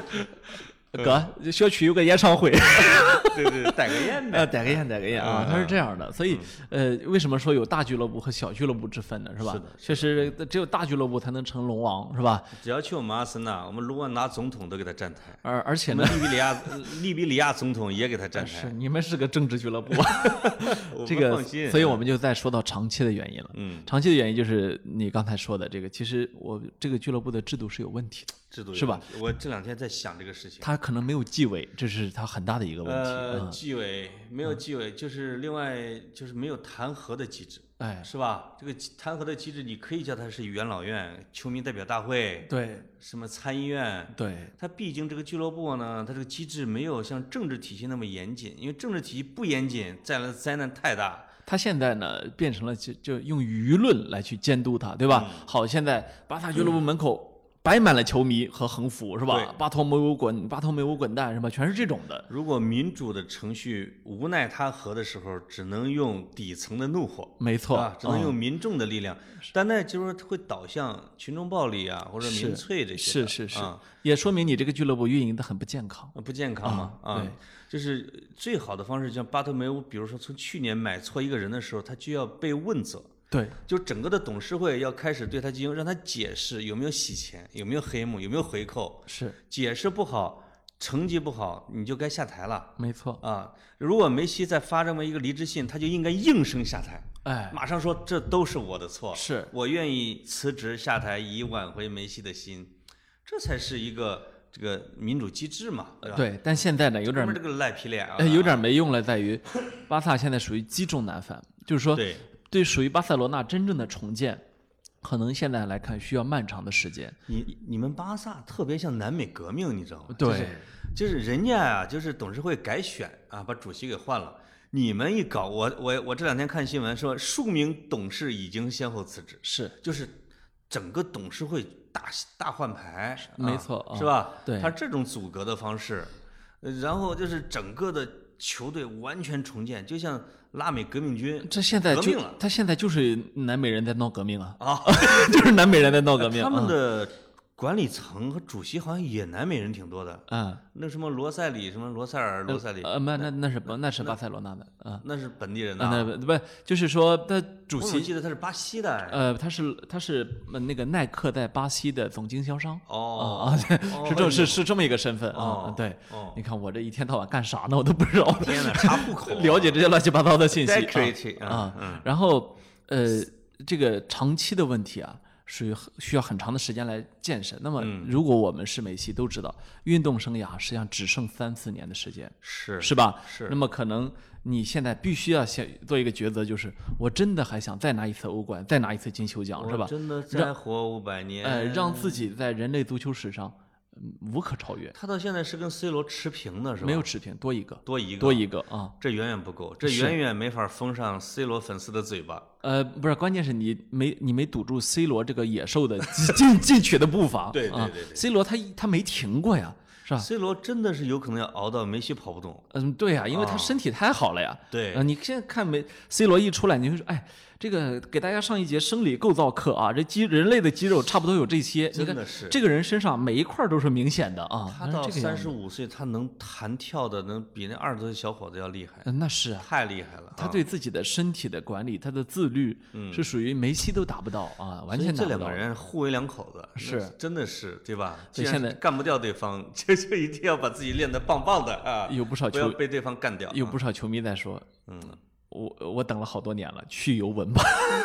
[SPEAKER 2] 哥，小区有个演 唱会，嗯
[SPEAKER 1] 对对，带个烟呗，
[SPEAKER 2] 呃，逮个宴，逮个宴啊，它是这样的。所以，呃，为什么说有大俱乐部和小俱乐部之分呢？是吧？确实，只有大俱乐部才能成龙王，是吧？
[SPEAKER 1] 只要去我们阿森纳，我们卢旺达总统都给他站台，
[SPEAKER 2] 而而且
[SPEAKER 1] 我
[SPEAKER 2] 呢
[SPEAKER 1] 们，利比里亚利比里亚总统也给他站
[SPEAKER 2] 是
[SPEAKER 1] 台，
[SPEAKER 2] 你们是个政治俱 乐部。
[SPEAKER 1] 我们
[SPEAKER 2] 哎这个
[SPEAKER 1] 放，心，哎
[SPEAKER 2] 所以我们就再说到长期的原因了。
[SPEAKER 1] 嗯，
[SPEAKER 2] 长期的原因就是你刚才说的这个，其实我这个俱乐部的制度是有问题的，
[SPEAKER 1] 制度有
[SPEAKER 2] 是吧
[SPEAKER 1] 问题？我这两天在想这个事情。
[SPEAKER 2] 它可能没有纪委，这是它很大的一个问题。
[SPEAKER 1] 呃，
[SPEAKER 2] 嗯
[SPEAKER 1] 纪委没有纪委，就是另外就是没有弹劾的机制，
[SPEAKER 2] 哎，
[SPEAKER 1] 是吧？这个机弹劾的机制，你可以叫它是元老院、球迷代表大会、
[SPEAKER 2] 对
[SPEAKER 1] 什么参议院。
[SPEAKER 2] 对，
[SPEAKER 1] 它毕竟这个俱乐部呢，它这个机制没有像政治体系那么严谨，因为政治体系不严谨，带来的灾难太大。
[SPEAKER 2] 它现在呢变成了就就用舆论来去监督它，对吧？
[SPEAKER 1] 嗯
[SPEAKER 2] 好，现在巴萨俱乐部门口。摆满了球迷和横幅，是吧
[SPEAKER 1] 对？
[SPEAKER 2] 巴托梅乌滚，巴托梅乌滚蛋，什么全是这种的。
[SPEAKER 1] 如果民主的程序无奈他和的时候，只能用底层的怒火，
[SPEAKER 2] 没错，
[SPEAKER 1] 啊，只能
[SPEAKER 2] 嗯
[SPEAKER 1] 用民众的力量，但那就是会导向群众暴力啊，或者民粹这些
[SPEAKER 2] 是
[SPEAKER 1] 的。
[SPEAKER 2] 是是
[SPEAKER 1] 啊，
[SPEAKER 2] 也说明你这个俱乐部运营的很不健康。
[SPEAKER 1] 呃不健康嘛
[SPEAKER 2] 啊
[SPEAKER 1] 啊，
[SPEAKER 2] 对
[SPEAKER 1] 就是最好的方式，像巴特梅乌，比如说从去年买错一个人的时候，他就要被问责，
[SPEAKER 2] 对，
[SPEAKER 1] 就整个的董事会要开始对他进行让他解释有没有洗钱，有没有黑幕，有没有回扣，
[SPEAKER 2] 是
[SPEAKER 1] 解释不好，成绩不好，你就该下台了
[SPEAKER 2] 没错。
[SPEAKER 1] 啊！如果梅西再发这么一个离职信，他就应该应声下台。
[SPEAKER 2] 哎，
[SPEAKER 1] 马上说这都是我的错，
[SPEAKER 2] 是
[SPEAKER 1] 我愿意辞职下台以挽回梅西的心，这才是一个这个民主机制嘛，对吧？
[SPEAKER 2] 对，但现在呢，有点
[SPEAKER 1] 哎哥们儿这个赖皮脸啊，
[SPEAKER 2] 哎，有点没用了，在于巴萨现在属于积重难返，就是说，
[SPEAKER 1] 对
[SPEAKER 2] 对属于巴塞罗那真正的重建，可能现在来看需要漫长的时间。
[SPEAKER 1] 你你们巴萨特别像南美革命，你知道吗？
[SPEAKER 2] 对
[SPEAKER 1] 就是，就是人家啊，就是董事会改选啊，把主席给换了。你们一搞，我我我这两天看新闻说，数名董事已经先后辞职，
[SPEAKER 2] 是
[SPEAKER 1] 就是整个董事会大大换牌，啊
[SPEAKER 2] 没错啊
[SPEAKER 1] 是吧？
[SPEAKER 2] 对
[SPEAKER 1] 他这种阻隔的方式，呃然后就是整个的球队完全重建，就像拉美革命军
[SPEAKER 2] 这现在
[SPEAKER 1] 革
[SPEAKER 2] 就
[SPEAKER 1] 命了
[SPEAKER 2] 他现在就是南美人在闹革命啊，
[SPEAKER 1] 啊，
[SPEAKER 2] 就是南美人在闹革 命。
[SPEAKER 1] 他们
[SPEAKER 2] 啊
[SPEAKER 1] 的管理层和主席好像也南美人挺多的，
[SPEAKER 2] 啊，
[SPEAKER 1] 那什么罗塞里，什么罗塞尔，罗塞里，
[SPEAKER 2] 呃，那那那是不那是巴塞罗那的啊，
[SPEAKER 1] 那是本地人
[SPEAKER 2] 那
[SPEAKER 1] 呐。
[SPEAKER 2] 不不就是说他主
[SPEAKER 1] 我怎么
[SPEAKER 2] 席
[SPEAKER 1] 记得他是巴西的哎。
[SPEAKER 2] 呃他是他是呃那个耐克在巴西的总经销商。
[SPEAKER 1] 哦
[SPEAKER 2] 啊，
[SPEAKER 1] 哦
[SPEAKER 2] 是这是是这么一个身份啊
[SPEAKER 1] 哦，
[SPEAKER 2] 对
[SPEAKER 1] 哦，
[SPEAKER 2] 你看我这一天到晚干啥呢？我都不知道，
[SPEAKER 1] 天哪，查户口啊，
[SPEAKER 2] 了解这些乱七八糟的信息
[SPEAKER 1] Decorative，
[SPEAKER 2] 啊
[SPEAKER 1] 嗯嗯
[SPEAKER 2] 啊。然后呃，这个长期的问题啊，属于很需要很长的时间来建设。那么
[SPEAKER 1] 嗯
[SPEAKER 2] 如果我们是梅西，都知道运动生涯实际上只剩三四年的时间，
[SPEAKER 1] 是
[SPEAKER 2] 是吧？
[SPEAKER 1] 是
[SPEAKER 2] 那么可能你现在必须要先做一个抉择，就是我真的还想再拿一次欧冠，再拿一次金球奖，
[SPEAKER 1] 我
[SPEAKER 2] 是吧？
[SPEAKER 1] 真的再活五百年，
[SPEAKER 2] 呃，让
[SPEAKER 1] 嗯
[SPEAKER 2] 自己在人类足球史上嗯无可超越，
[SPEAKER 1] 他到现在是跟 C 罗持平的是吧？
[SPEAKER 2] 没有持平，多一个，
[SPEAKER 1] 多一个，
[SPEAKER 2] 多一个啊。
[SPEAKER 1] 这远远不够，这
[SPEAKER 2] 是
[SPEAKER 1] 远远没法封上 C 罗粉丝的嘴巴。
[SPEAKER 2] 呃，不是，关键是你没你没堵住 C 罗这个野兽的进进进取的步伐。
[SPEAKER 1] 对对
[SPEAKER 2] 啊
[SPEAKER 1] 对对
[SPEAKER 2] c 罗他一他没停过呀，是吧？
[SPEAKER 1] C 罗真的是有可能要熬到梅西跑不动。
[SPEAKER 2] 嗯，对呀、因为他身体太好了呀。
[SPEAKER 1] 哦对
[SPEAKER 2] 呃你现在看没 C 罗一出来，你会说，哎，这个给大家上一节生理构造课啊，这肌人类的肌肉差不多有这些，你
[SPEAKER 1] 真
[SPEAKER 2] 看
[SPEAKER 1] 的是
[SPEAKER 2] 这个人身上每一块儿都是明显的啊。
[SPEAKER 1] 他
[SPEAKER 2] 是
[SPEAKER 1] 到
[SPEAKER 2] 这个样
[SPEAKER 1] 三
[SPEAKER 2] 子
[SPEAKER 1] 十五岁，他能弹跳的能比那二十多岁小伙子要厉害，
[SPEAKER 2] 嗯那是啊，
[SPEAKER 1] 太厉害了啊。
[SPEAKER 2] 他对自己的身体的管理，他的自律，是属于梅西都达不到啊，完
[SPEAKER 1] 嗯所以
[SPEAKER 2] 全达
[SPEAKER 1] 这
[SPEAKER 2] 不
[SPEAKER 1] 两
[SPEAKER 2] 到
[SPEAKER 1] 个。人互为两口子，
[SPEAKER 2] 是
[SPEAKER 1] 那真的是对吧？
[SPEAKER 2] 所以
[SPEAKER 1] 既然
[SPEAKER 2] 现在
[SPEAKER 1] 干不掉对方， 就就一定要把自己练得棒棒的啊！
[SPEAKER 2] 有不少
[SPEAKER 1] 不要
[SPEAKER 2] 球
[SPEAKER 1] 被对方干掉。啊
[SPEAKER 2] 有不少球迷在说，
[SPEAKER 1] 嗯
[SPEAKER 2] 我我等了好多年了，去尤文吧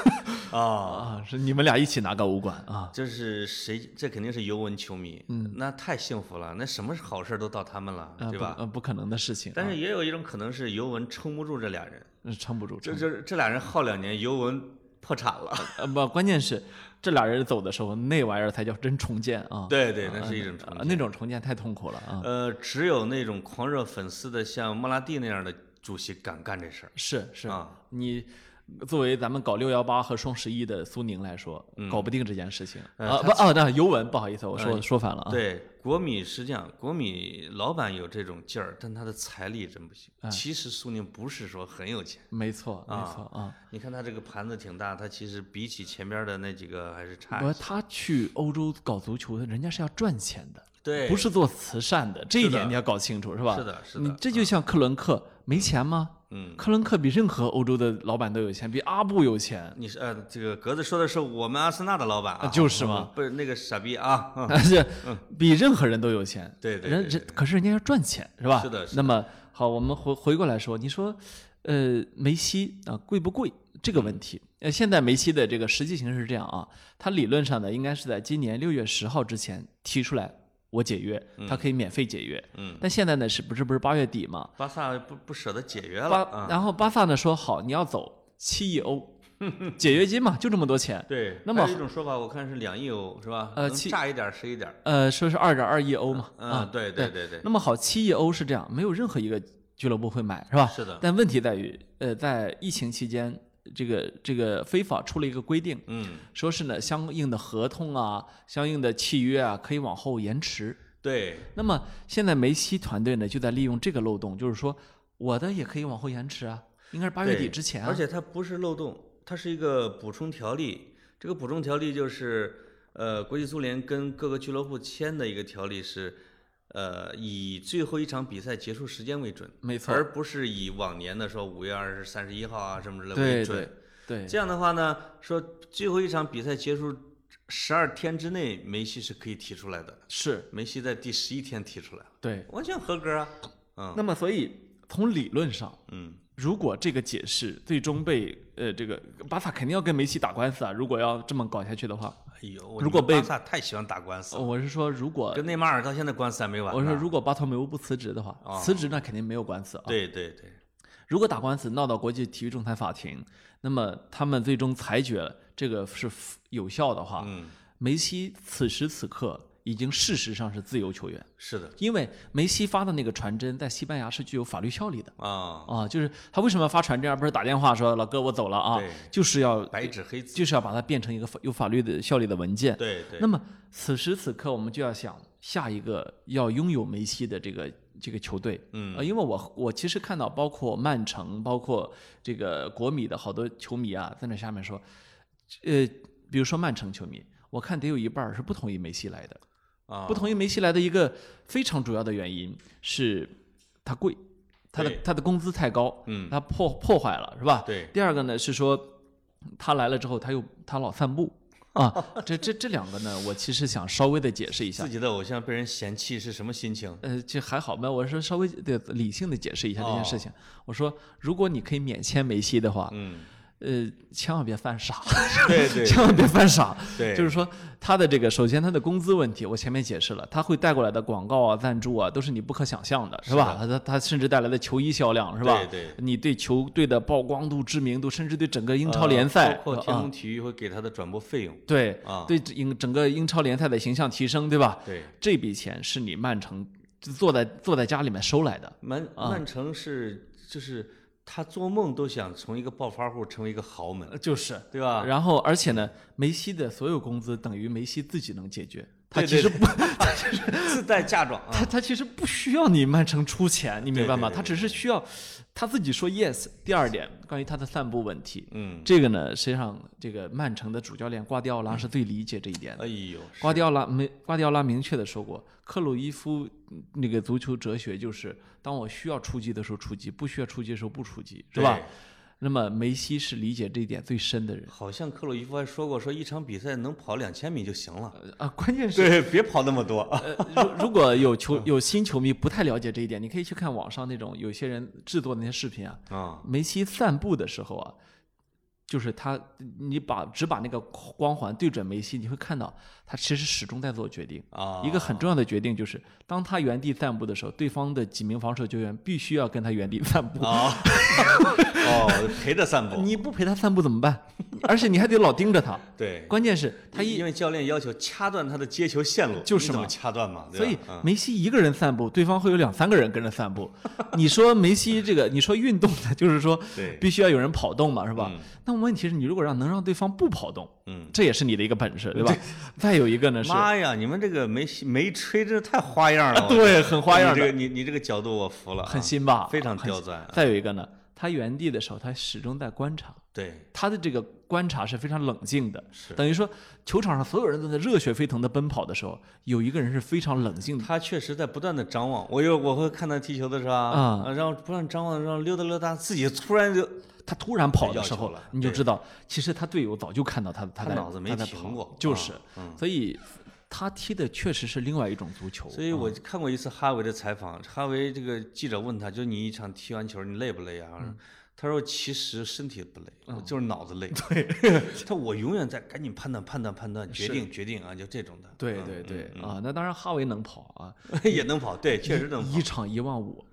[SPEAKER 1] 啊，
[SPEAKER 2] 啊！是你们俩一起拿个欧冠啊？
[SPEAKER 1] 这是谁？这肯定是尤文球迷，嗯，那太幸福了，那什么好事都到他们了，
[SPEAKER 2] 啊
[SPEAKER 1] 对
[SPEAKER 2] 不啊
[SPEAKER 1] 吧？
[SPEAKER 2] 呃，不可能的事情，
[SPEAKER 1] 但是也有一种可能是尤文撑不住这俩人，
[SPEAKER 2] 是撑不住。
[SPEAKER 1] 这
[SPEAKER 2] 撑
[SPEAKER 1] 这这俩人耗两年，尤文破产了。
[SPEAKER 2] 呃不，关键是这俩人走的时候，那玩意儿才叫真重建啊！
[SPEAKER 1] 对对，
[SPEAKER 2] 啊，
[SPEAKER 1] 那是一种成
[SPEAKER 2] 啊那种重建太痛苦了啊！
[SPEAKER 1] 呃，只有那种狂热粉丝的，像莫拉蒂那样的主席敢干这事儿。
[SPEAKER 2] 是是
[SPEAKER 1] 啊，
[SPEAKER 2] 你作为咱们搞六幺八和双十一的苏宁来说，搞不定这件事情
[SPEAKER 1] 嗯呃
[SPEAKER 2] 啊！不啊，那尤文不好意思，我说说反了啊！
[SPEAKER 1] 对，国米是这样，国米老板有这种劲儿，但他的财力真不行。
[SPEAKER 2] 哎
[SPEAKER 1] 其实苏宁不是说很有钱，
[SPEAKER 2] 没错没错啊！
[SPEAKER 1] 你看他这个盘子挺大，他其实比起前边的那几个还是差一
[SPEAKER 2] 不，
[SPEAKER 1] 些。
[SPEAKER 2] 他去欧洲搞足球的，人家是要赚钱的。
[SPEAKER 1] 对，
[SPEAKER 2] 不是做慈善的，这一点你要搞清楚，是吧？
[SPEAKER 1] 是的是的
[SPEAKER 2] 你这就像克伦克没钱吗？
[SPEAKER 1] 嗯，
[SPEAKER 2] 克伦克比任何欧洲的老板都有钱，比阿布有钱，
[SPEAKER 1] 你是呃，这个格子说的是我们阿森纳的老板啊，
[SPEAKER 2] 啊就是嘛
[SPEAKER 1] 嗯不是那个傻逼啊，嗯
[SPEAKER 2] 但 是比任何人都有钱。
[SPEAKER 1] 对对
[SPEAKER 2] 人
[SPEAKER 1] 对
[SPEAKER 2] 人可是人家要赚钱，是吧？
[SPEAKER 1] 是的是
[SPEAKER 2] 那么好，我们回回过来说，你说，呃，梅西啊、贵不贵这个问题？
[SPEAKER 1] 嗯
[SPEAKER 2] 呃，现在梅西的这个实际形势是这样啊，他理论上呢应该是在今年六月十号之前提出来，我解约，他可以免费解约。
[SPEAKER 1] 嗯，
[SPEAKER 2] 但现在呢是不是不是八月底嘛？
[SPEAKER 1] 巴萨不不舍得解约了
[SPEAKER 2] 巴，
[SPEAKER 1] 啊，
[SPEAKER 2] 然后巴萨呢说好，你要走七亿 欧解约金嘛，就这么多钱。
[SPEAKER 1] 对。
[SPEAKER 2] 那么
[SPEAKER 1] 还有一种说法，我看是两亿欧是吧？
[SPEAKER 2] 呃
[SPEAKER 1] 能
[SPEAKER 2] 其
[SPEAKER 1] 差一点儿是一点儿。
[SPEAKER 2] 呃，说是二点二亿欧嘛，
[SPEAKER 1] 嗯，
[SPEAKER 2] 啊，
[SPEAKER 1] 对
[SPEAKER 2] 对
[SPEAKER 1] 对对，
[SPEAKER 2] 那么好，七亿欧是这样，没有任何一个俱乐部会买，是吧？
[SPEAKER 1] 是的
[SPEAKER 2] 但问题在于，呃，在疫情期间，这个这个非法出了一个规定，
[SPEAKER 1] 嗯，
[SPEAKER 2] 说是呢，相应的合同啊，相应的契约啊，可以往后延迟。
[SPEAKER 1] 对，
[SPEAKER 2] 那么现在梅西团队呢，就在利用这个漏洞，就是说我的也可以往后延迟啊，应该是八月
[SPEAKER 1] 对
[SPEAKER 2] 底之前啊。
[SPEAKER 1] 而且它不是漏洞，它是一个补充条例。这个补充条例就是，呃，国际足联跟各个俱乐部签的一个条例是，呃，以最后一场比赛结束时间为准，
[SPEAKER 2] 没错
[SPEAKER 1] 而不是以往年的说五月二十、三十一号啊什么之类为
[SPEAKER 2] 对
[SPEAKER 1] 准。
[SPEAKER 2] 对对，
[SPEAKER 1] 这样的话呢，说最后一场比赛结束十二天之内，梅西是可以提出来的。
[SPEAKER 2] 是，
[SPEAKER 1] 梅西在第十一天提出来了，
[SPEAKER 2] 对。
[SPEAKER 1] 完全合格啊。嗯
[SPEAKER 2] 那么所以从理论上，
[SPEAKER 1] 嗯，
[SPEAKER 2] 如果这个解释最终被呃这个巴萨肯定要跟梅西打官司啊，如果要这么搞下去的话，
[SPEAKER 1] 哎呦，
[SPEAKER 2] 如果被
[SPEAKER 1] 巴萨太喜欢打官司
[SPEAKER 2] 呃
[SPEAKER 1] 了，
[SPEAKER 2] 我是说如果
[SPEAKER 1] 跟内马尔到现在官司还没完呢。
[SPEAKER 2] 我是说如果巴托梅乌不辞职的话，辞职那肯定没有官司啊。
[SPEAKER 1] 啊对对对，
[SPEAKER 2] 如果打官司闹到国际体育仲裁法庭，那么他们最终裁决了这个是有效的话，
[SPEAKER 1] 嗯，
[SPEAKER 2] 梅西此时此刻已经事实上是自由球员，
[SPEAKER 1] 是的
[SPEAKER 2] 因为梅西发的那个传真在西班牙是具有法律效力的。
[SPEAKER 1] 啊，
[SPEAKER 2] 啊，就是他为什么要发传真，而不是打电话说“老哥，我走了啊
[SPEAKER 1] 对”，
[SPEAKER 2] 就是要
[SPEAKER 1] 白纸黑字。
[SPEAKER 2] 就是要把它变成一个法有法律的效力的文件。
[SPEAKER 1] 对对
[SPEAKER 2] 那，么此时此刻，我们就要想下一个要拥有梅西的这个这个球队，
[SPEAKER 1] 嗯
[SPEAKER 2] 呃，因为我我其实看到包括曼城，包括这个国米的好多球迷啊，在那下面说，呃，比如说曼城球迷，我看得有一半儿是不同意梅西来的，
[SPEAKER 1] 啊，
[SPEAKER 2] 不同意梅西来的一个非常主要的原因是他贵，他的
[SPEAKER 1] 对
[SPEAKER 2] 他的工资太高，
[SPEAKER 1] 嗯
[SPEAKER 2] 他破破坏了是吧？
[SPEAKER 1] 对，
[SPEAKER 2] 第二个呢是说，他来了之后，他又他老散步啊，这这这两个呢，我其实想稍微的解释一下
[SPEAKER 1] 自。己的偶像被人嫌弃是什么心情？
[SPEAKER 2] 呃，这还好吧，我是稍微的理性的解释一下这件事
[SPEAKER 1] 哦
[SPEAKER 2] 情。我说，如果你可以免签梅西的话，
[SPEAKER 1] 嗯，
[SPEAKER 2] 呃，千万别犯傻，
[SPEAKER 1] 对对
[SPEAKER 2] 千万别犯傻。
[SPEAKER 1] 对，
[SPEAKER 2] 就是说，他的这个首先他的工资问题，我前面解释了，他会带过来的广告啊、赞助啊，都是你不可想象的，是吧？他他甚至带来的球衣销量，是吧？
[SPEAKER 1] 对对
[SPEAKER 2] 你对球队的曝光度、知名度，甚至对整个 英超
[SPEAKER 1] 呃
[SPEAKER 2] 联赛，
[SPEAKER 1] 包括
[SPEAKER 2] 呃
[SPEAKER 1] 天
[SPEAKER 2] 啊
[SPEAKER 1] 空体育会给他的转播费用。
[SPEAKER 2] 对
[SPEAKER 1] 啊
[SPEAKER 2] 对英整个英超联赛的形象提升，对吧？
[SPEAKER 1] 对，
[SPEAKER 2] 这笔钱是你曼城坐在坐在家里面收来的，
[SPEAKER 1] 曼曼城是就是他做梦都想从一个暴发户成为一个豪门，
[SPEAKER 2] 就是。
[SPEAKER 1] 对吧？
[SPEAKER 2] 啊然后，而且呢，梅西的所有工资等于梅西自己能解决，他
[SPEAKER 1] 对对
[SPEAKER 2] 其实不，
[SPEAKER 1] 自带嫁 妆啊，
[SPEAKER 2] 他他其实不需要你曼城出钱，你明白吗？
[SPEAKER 1] 对对对
[SPEAKER 2] 他只是需要他自己说 yes。第二点，关于他的散步问题，
[SPEAKER 1] 嗯，
[SPEAKER 2] 这个呢，实际上这个曼城的主教练瓜迪奥拉是最理解这一点的。
[SPEAKER 1] 哎呦，是
[SPEAKER 2] 瓜迪奥拉没瓜迪奥拉明确的说过，克鲁伊夫嗯那个足球哲学就是，当我需要出击的时候出击，不需要出击的时候不出击，是吧？
[SPEAKER 1] 对
[SPEAKER 2] 那么梅西是理解这一点最深的人
[SPEAKER 1] 好像克鲁伊夫还说过，说一场比赛能跑两千米就行了，
[SPEAKER 2] 呃啊，关键是。
[SPEAKER 1] 对，别跑那么多啊。
[SPEAKER 2] 呃，如 如果有球有新球迷不太了解这一点，你可以去看网上那种有些人制作的那些视频啊，
[SPEAKER 1] 啊，
[SPEAKER 2] 梅西散步的时候啊，就是他，你把只把那个光环对准梅西，你会看到他其实始终在做决定。
[SPEAKER 1] 啊
[SPEAKER 2] 一个很重要的决定就是，当他原地散步的时候，对方的几名防守球员必须要跟他原地散步。
[SPEAKER 1] 啊，哦，陪着散步，
[SPEAKER 2] 你不陪他散步怎么办？ 而且你还得老盯着他。
[SPEAKER 1] 对，
[SPEAKER 2] 关键是，他一
[SPEAKER 1] 因为教练要求掐断他的接球线路，
[SPEAKER 2] 就是
[SPEAKER 1] 你怎
[SPEAKER 2] 嘛
[SPEAKER 1] 么掐断嘛，对
[SPEAKER 2] 所以
[SPEAKER 1] 吧嗯
[SPEAKER 2] 梅西一个人散步，对方会有两三个人跟着散 步。你说梅西这个，你说运动呢，就是说
[SPEAKER 1] 对
[SPEAKER 2] 必须要有人跑动嘛，是吧？那问题是你如果让能让对方不跑动，
[SPEAKER 1] 嗯，
[SPEAKER 2] 这也是你的一个本事，对吧？再有一个呢是，
[SPEAKER 1] 妈呀，你们这个没没吹，真是太花样了，我
[SPEAKER 2] 对，很花样
[SPEAKER 1] 你这个
[SPEAKER 2] 的，
[SPEAKER 1] 你你这个角度我服了啊，
[SPEAKER 2] 很新吧？
[SPEAKER 1] 非常
[SPEAKER 2] 很
[SPEAKER 1] 刁
[SPEAKER 2] 新
[SPEAKER 1] 钻。啊
[SPEAKER 2] 再有一个呢，他原地的时候，他始终在观察。
[SPEAKER 1] 对，
[SPEAKER 2] 他的这个观察是非常冷静的，
[SPEAKER 1] 是
[SPEAKER 2] 等于说球场上所有人都在热血沸腾的奔跑的时候，有一个人是非常冷静的，
[SPEAKER 1] 他确实在不断的张望。我有我会看他踢球的时候
[SPEAKER 2] 啊
[SPEAKER 1] 然后不断张望，然后溜达溜达，自己突然就
[SPEAKER 2] 他突然跑的
[SPEAKER 1] 要
[SPEAKER 2] 时候
[SPEAKER 1] 求了，
[SPEAKER 2] 你就
[SPEAKER 1] 对
[SPEAKER 2] 知道，其实他队友早就看到他，他
[SPEAKER 1] 他
[SPEAKER 2] 在
[SPEAKER 1] 脑子没
[SPEAKER 2] 他在
[SPEAKER 1] 停
[SPEAKER 2] 跑
[SPEAKER 1] 过
[SPEAKER 2] 就是
[SPEAKER 1] 啊，
[SPEAKER 2] 所以他踢的确实是另外一种足球。
[SPEAKER 1] 所以我看过一次哈维的采访，哈维这个记者问他，就你一场踢完球你累不累啊？
[SPEAKER 2] 嗯
[SPEAKER 1] 他说其实身体不累，我就是脑子累。对， 他说我永远在赶紧判断判断判断，决定决定啊，就这种的。
[SPEAKER 2] 对对对啊，那当然哈维能跑啊，
[SPEAKER 1] 对， 也能跑，对，嗯确实能跑。
[SPEAKER 2] 一场一万五，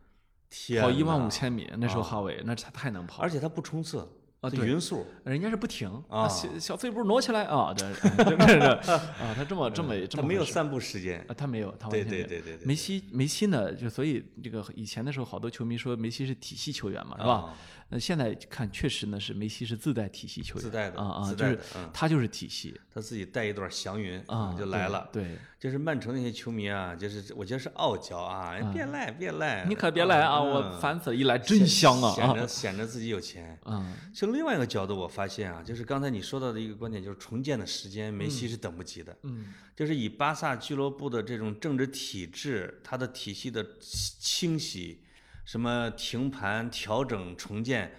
[SPEAKER 1] 天
[SPEAKER 2] 跑一万
[SPEAKER 1] 哪啊
[SPEAKER 2] 五，千米，那时候哈维那他太能跑
[SPEAKER 1] 而
[SPEAKER 2] 了，
[SPEAKER 1] 且他不冲刺
[SPEAKER 2] 啊
[SPEAKER 1] 他
[SPEAKER 2] 对
[SPEAKER 1] 匀速。
[SPEAKER 2] 人家是不停
[SPEAKER 1] 啊
[SPEAKER 2] 小小碎步挪起来啊， 这这这这啊，他这么这么这
[SPEAKER 1] 嗯他
[SPEAKER 2] 么
[SPEAKER 1] 没有
[SPEAKER 2] 回事
[SPEAKER 1] 散步时间
[SPEAKER 2] 啊，，他没有，他完
[SPEAKER 1] 对
[SPEAKER 2] 全没
[SPEAKER 1] 对
[SPEAKER 2] 有。
[SPEAKER 1] 对对对，
[SPEAKER 2] 梅西，梅西呢？就所以这个以前的时候，好多球迷说梅西是体系球员嘛，是吧
[SPEAKER 1] 啊？
[SPEAKER 2] 那现在看，确实呢是梅西是自带体系球员，
[SPEAKER 1] 自带的
[SPEAKER 2] 啊啊，
[SPEAKER 1] 自
[SPEAKER 2] 就
[SPEAKER 1] 带
[SPEAKER 2] 是
[SPEAKER 1] 的嗯
[SPEAKER 2] 他就是体系
[SPEAKER 1] 他自己带一段祥云
[SPEAKER 2] 啊，
[SPEAKER 1] 就
[SPEAKER 2] 对
[SPEAKER 1] 来了。
[SPEAKER 2] 对，
[SPEAKER 1] 就是曼城那些球迷啊，就是我觉得是傲娇啊，哎别赖别赖，
[SPEAKER 2] 嗯你可别来啊，
[SPEAKER 1] 嗯
[SPEAKER 2] 我烦死了，一来真香啊
[SPEAKER 1] 显
[SPEAKER 2] 啊
[SPEAKER 1] 得显得自己有钱。
[SPEAKER 2] 啊！
[SPEAKER 1] 从另外一个角度，我发现啊，就是刚才你说到的一个观点，就是重建的时间，梅西是等不及的。
[SPEAKER 2] 嗯，
[SPEAKER 1] 就是以巴萨俱乐部的这种政治体制，它的体系的清洗，什么停盘、调整、重建，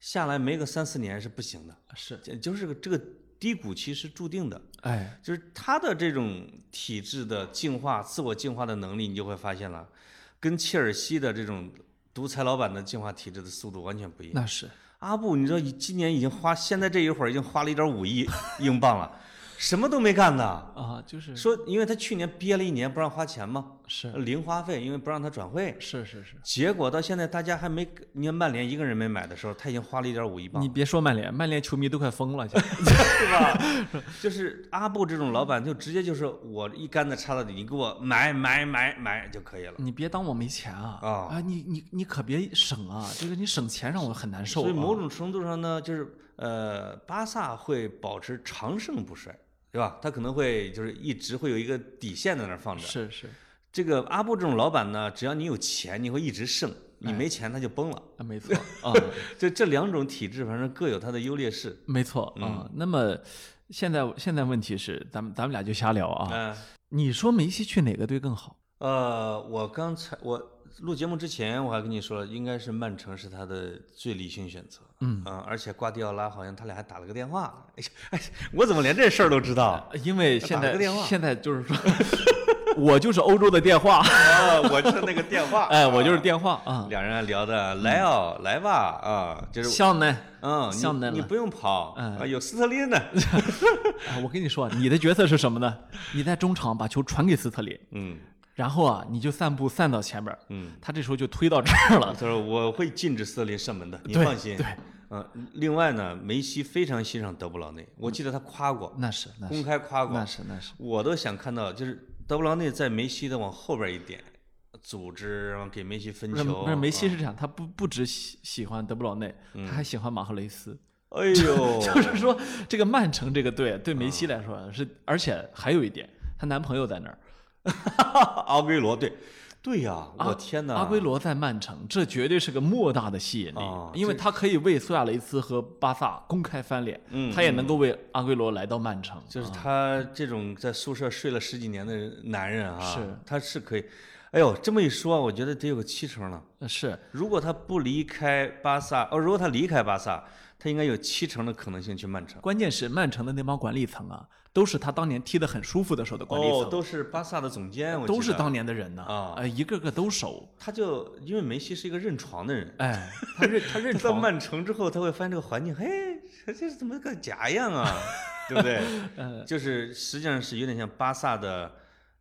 [SPEAKER 1] 下来没个三四年是不行的。
[SPEAKER 2] 是，
[SPEAKER 1] 这就是个这个低谷期是注定的，
[SPEAKER 2] 哎，
[SPEAKER 1] 就是他的这种体制的进化、自我进化的能力，你就会发现了，跟切尔西的这种独裁老板的进化体制的速度完全不一样。
[SPEAKER 2] 那是
[SPEAKER 1] 阿布，你知道已今年已经花，现在这一会儿已经花了一点五亿英镑了，什么都没干呢。
[SPEAKER 2] 啊，就是
[SPEAKER 1] 说，因为他去年憋了一年不让花钱嘛，
[SPEAKER 2] 是
[SPEAKER 1] 零花费，因为不让他转会。
[SPEAKER 2] 是是是。
[SPEAKER 1] 结果到现在大家还没，你看曼联一个人没买的时候，他已经花了一点五亿镑
[SPEAKER 2] 你，别说曼联，曼联球迷都快疯了。现在
[SPEAKER 1] 是吧？就是阿布这种老板，就直接就是我一竿子插到底，你给我买买买买就可以了。
[SPEAKER 2] 你别当我没钱啊！
[SPEAKER 1] 啊
[SPEAKER 2] 啊，你你你可别省啊！这个你省钱让我很难受、啊。
[SPEAKER 1] 所以某种程度上呢，就是呃，巴萨会保持长盛不衰，对吧？他可能会就是一直会有一个底线在那儿放着。
[SPEAKER 2] 是是
[SPEAKER 1] 这个阿布这种老板呢，只要你有钱，你会一直盛；
[SPEAKER 2] 哎
[SPEAKER 1] 你没钱，他就崩了。
[SPEAKER 2] 啊，没错啊，
[SPEAKER 1] 这这两种体制，反正各有它的优劣势。
[SPEAKER 2] 没错啊。那么现在现在问题是，咱们咱们俩就瞎聊啊。
[SPEAKER 1] 嗯、
[SPEAKER 2] 你说梅西去哪个队更好？
[SPEAKER 1] 呃，我刚才我录节目之前，我还跟你说了，应该是曼城是他的最理性选择。
[SPEAKER 2] 嗯
[SPEAKER 1] 啊而且瓜迪奥拉好像他俩还打了个电话。哎呀，哎呀我怎么连这事儿都知道？
[SPEAKER 2] 因为现
[SPEAKER 1] 打了
[SPEAKER 2] 在
[SPEAKER 1] 个电话
[SPEAKER 2] 现在就是 说，我就是欧洲的 电 话，
[SPEAKER 1] 啊，我是那个电话。
[SPEAKER 2] 哎，我就是电话啊。
[SPEAKER 1] 两人还聊的来哦，来吧啊，就是
[SPEAKER 2] 像呢，
[SPEAKER 1] 嗯，
[SPEAKER 2] 像
[SPEAKER 1] 你
[SPEAKER 2] 那
[SPEAKER 1] 你
[SPEAKER 2] 了
[SPEAKER 1] 不用跑，
[SPEAKER 2] 嗯
[SPEAKER 1] 啊，有斯特 林呢。
[SPEAKER 2] 啊我跟你说，你的角色是什么呢？你在中场把球传给斯特林，
[SPEAKER 1] 嗯
[SPEAKER 2] 然后啊，你就散步散到前面儿，
[SPEAKER 1] 嗯，
[SPEAKER 2] 他这时候就推到这儿了
[SPEAKER 1] 他。说我会禁止斯特林射门的，你
[SPEAKER 2] 对
[SPEAKER 1] 放心。
[SPEAKER 2] 对，
[SPEAKER 1] 嗯，另外呢，梅西非常欣赏德布劳内，我记得他夸过，
[SPEAKER 2] 那是那
[SPEAKER 1] 公
[SPEAKER 2] 是
[SPEAKER 1] 开夸过
[SPEAKER 2] 那，是那是，
[SPEAKER 1] 我都想看到，就是德布劳内在梅西的往后边一点，组织然后给梅西分
[SPEAKER 2] 不是
[SPEAKER 1] 球。
[SPEAKER 2] 不是梅西
[SPEAKER 1] 啊，
[SPEAKER 2] 是这样，他不不只喜喜欢德布劳内，他还喜欢马赫雷斯。
[SPEAKER 1] 哎呦，
[SPEAKER 2] 就是说，这个曼城这个队对梅西来
[SPEAKER 1] 嗯
[SPEAKER 2] 说是，而且还有一点，她男朋友在那儿，
[SPEAKER 1] 阿圭罗，对对呀，我天哪，
[SPEAKER 2] 阿圭罗在曼城，这绝对是个莫大的吸引力
[SPEAKER 1] 啊，
[SPEAKER 2] 因为他可以为苏亚雷斯和巴萨公开翻脸，
[SPEAKER 1] 嗯
[SPEAKER 2] 他也能够为阿圭罗来到曼城。
[SPEAKER 1] 就是他这种在宿舍睡了十几年的人男人啊，
[SPEAKER 2] 是
[SPEAKER 1] 他是可以。哎呦，这么一说，我觉得得有个七成了。
[SPEAKER 2] 呃是
[SPEAKER 1] 如果他不离开巴萨，哦，如果他离开巴萨，他应该有七成的可能性去曼城。
[SPEAKER 2] 关键是曼城的那帮管理层啊，都是他当年踢得很舒服的时候的管理
[SPEAKER 1] 哦，
[SPEAKER 2] 层，
[SPEAKER 1] 都是巴萨的总监，我记
[SPEAKER 2] 都是
[SPEAKER 1] 得
[SPEAKER 2] 当年的人呢，
[SPEAKER 1] 啊
[SPEAKER 2] 呃，一个个都熟。
[SPEAKER 1] 他就因为梅西是一个认床的人，
[SPEAKER 2] 哎，他认他认
[SPEAKER 1] 他到
[SPEAKER 2] 床，
[SPEAKER 1] 曼城之后，他会发现这个环境，嘿，这这怎么个假样啊，对不对？
[SPEAKER 2] 嗯
[SPEAKER 1] 就是实际上是有点像巴萨的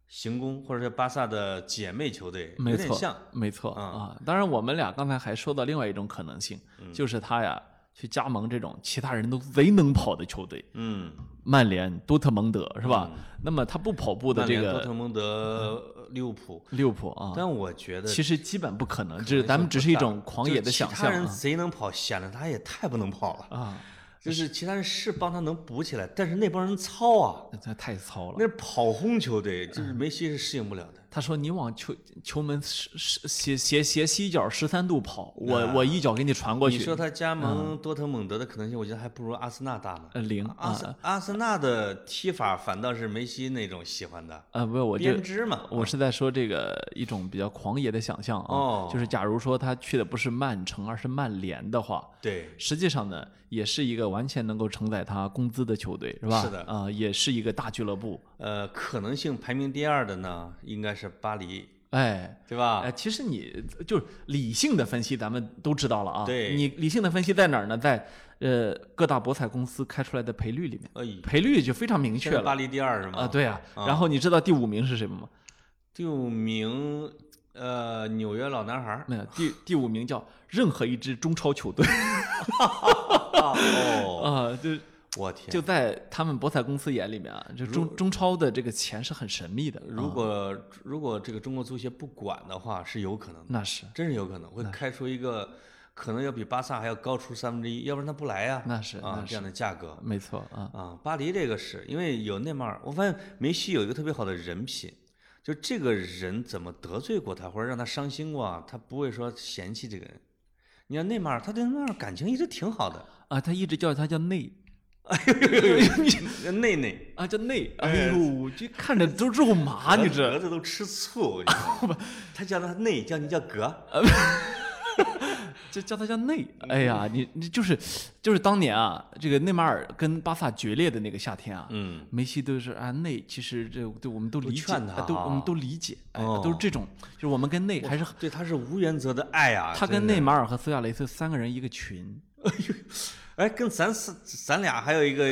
[SPEAKER 1] 行宫，或者是巴萨的姐妹球队，
[SPEAKER 2] 没
[SPEAKER 1] 有点
[SPEAKER 2] 错
[SPEAKER 1] 像。，
[SPEAKER 2] 没错
[SPEAKER 1] 嗯
[SPEAKER 2] 啊。当然，我们俩刚才还说到另外一种可能性，就是他呀去加盟这种其他人都贼能跑的球队，
[SPEAKER 1] 嗯，
[SPEAKER 2] 曼联、多特蒙德是吧？那么他不跑步的
[SPEAKER 1] 曼
[SPEAKER 2] 这
[SPEAKER 1] 联、多特
[SPEAKER 2] 个
[SPEAKER 1] 蒙德、利物浦，
[SPEAKER 2] 利物浦啊，
[SPEAKER 1] 但我觉得
[SPEAKER 2] 其实基本不可能，就是咱们只是一种狂野的
[SPEAKER 1] 就是
[SPEAKER 2] 想
[SPEAKER 1] 其他
[SPEAKER 2] 象
[SPEAKER 1] 人
[SPEAKER 2] 啊
[SPEAKER 1] 贼能跑，显得他也太不能跑了。
[SPEAKER 2] 啊，
[SPEAKER 1] 就是其他人是帮他能补起来，但是那帮人糙啊，
[SPEAKER 2] 那他太糙了。
[SPEAKER 1] 那是跑轰球队，就是梅西是适应不了的。
[SPEAKER 2] 他说：“你往球球门是是斜斜斜西角十三度跑，我我一脚给你传过
[SPEAKER 1] 嗯你
[SPEAKER 2] 去
[SPEAKER 1] 说，他加盟
[SPEAKER 2] 嗯
[SPEAKER 1] 多特蒙德的可能性，我觉得还不如阿森纳大呢。
[SPEAKER 2] 呃零
[SPEAKER 1] 阿
[SPEAKER 2] 啊
[SPEAKER 1] 森阿森纳的踢法反倒是梅西那种喜欢的
[SPEAKER 2] 啊！不是，我就
[SPEAKER 1] 编织嘛。
[SPEAKER 2] 我是在说这个一种比较狂野的想象啊，
[SPEAKER 1] 哦
[SPEAKER 2] 就是假如说他去的不是曼城，而是曼联的话，
[SPEAKER 1] 对，
[SPEAKER 2] 实际上呢，也是一个完全能够承载他工资的球队，是吧？
[SPEAKER 1] 是的
[SPEAKER 2] 啊、也是一个大俱乐部。
[SPEAKER 1] 呃，可能性排名第二的呢，应该是巴黎，
[SPEAKER 2] 哎，
[SPEAKER 1] 对吧？
[SPEAKER 2] 哎，其实你就是理性的分析，咱们都知道了啊。
[SPEAKER 1] 对
[SPEAKER 2] 你理性的分析在哪儿呢？在呃各大博彩公司开出来的赔率里面，
[SPEAKER 1] 哎，
[SPEAKER 2] 赔率就非常明确
[SPEAKER 1] 现在巴
[SPEAKER 2] 了
[SPEAKER 1] 黎第二是吗？
[SPEAKER 2] 啊。对啊，然后你知道第五名是谁吗？
[SPEAKER 1] 第五名，呃，纽约老男孩儿。
[SPEAKER 2] 没有，第第五名叫任何一支中超球队。
[SPEAKER 1] 哦，
[SPEAKER 2] 啊，就
[SPEAKER 1] 我天！
[SPEAKER 2] 就在他们博彩公司眼里面啊，就中中超的这个钱是很神秘的。
[SPEAKER 1] 如
[SPEAKER 2] 啊
[SPEAKER 1] 果如果这个中国足协不管的话，是有可能的，
[SPEAKER 2] 嗯那是
[SPEAKER 1] 真是有可能会开出一个可能要比巴萨还要高出三分之一，要不然他不来呀。
[SPEAKER 2] 那是
[SPEAKER 1] 啊
[SPEAKER 2] 那，
[SPEAKER 1] 这样的价格
[SPEAKER 2] 没错啊，
[SPEAKER 1] 啊，巴黎这个是因为有内马尔，我发现梅西有一个特别好的人品。就这个人怎么得罪过他，或者让他伤心过啊？他不会说嫌弃这个人。你看内马尔，他对内马尔感情一直挺好 的。
[SPEAKER 2] 啊，他一直叫他叫内
[SPEAKER 1] 内内，
[SPEAKER 2] 啊，叫内，哎呦，这看着都 肉啊麻，你
[SPEAKER 1] 格
[SPEAKER 2] 这啊呃
[SPEAKER 1] 子都吃醋，你知道吗他叫他内，叫你叫格，
[SPEAKER 2] 就叫他叫内。
[SPEAKER 1] 嗯
[SPEAKER 2] 哎呀，你你就是就是当年啊，这个内马尔跟巴萨决裂的那个夏天啊，
[SPEAKER 1] 嗯，
[SPEAKER 2] 梅西都是啊内，其实这对我们都理解，
[SPEAKER 1] 劝他
[SPEAKER 2] 啊都我们
[SPEAKER 1] 啊
[SPEAKER 2] 都理解，哎，
[SPEAKER 1] 哦
[SPEAKER 2] 都是这种，就是我们跟内还是
[SPEAKER 1] 对他是无原则的爱啊，
[SPEAKER 2] 他跟
[SPEAKER 1] 真的
[SPEAKER 2] 内马尔和苏亚雷斯三个人一个群，
[SPEAKER 1] 哎，跟咱四咱俩还有 一个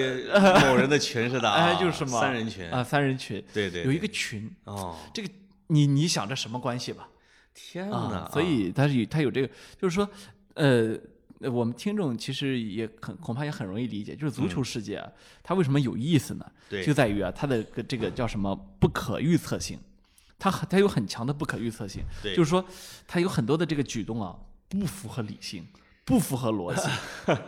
[SPEAKER 1] 某人的群似的啊，
[SPEAKER 2] 哎，就是什么
[SPEAKER 1] 三人群
[SPEAKER 2] 啊，三人群，
[SPEAKER 1] 对对
[SPEAKER 2] 有一
[SPEAKER 1] 对
[SPEAKER 2] 个群，
[SPEAKER 1] 哦，
[SPEAKER 2] 这个你你想这什么关系吧？
[SPEAKER 1] 天
[SPEAKER 2] 啊
[SPEAKER 1] 哪！，
[SPEAKER 2] 所以他是有他有这个，就是说，呃，呃我们听众其实也很恐怕也很容易理解，就是足
[SPEAKER 1] 嗯
[SPEAKER 2] 球世界啊，它为什么有意思呢？
[SPEAKER 1] 对
[SPEAKER 2] 就在于啊，它的个这个叫什么不可预测性，它很它有很强的不可预测性，
[SPEAKER 1] 对
[SPEAKER 2] 就是说，它有很多的这个举动啊，不符合理性。不符合逻辑，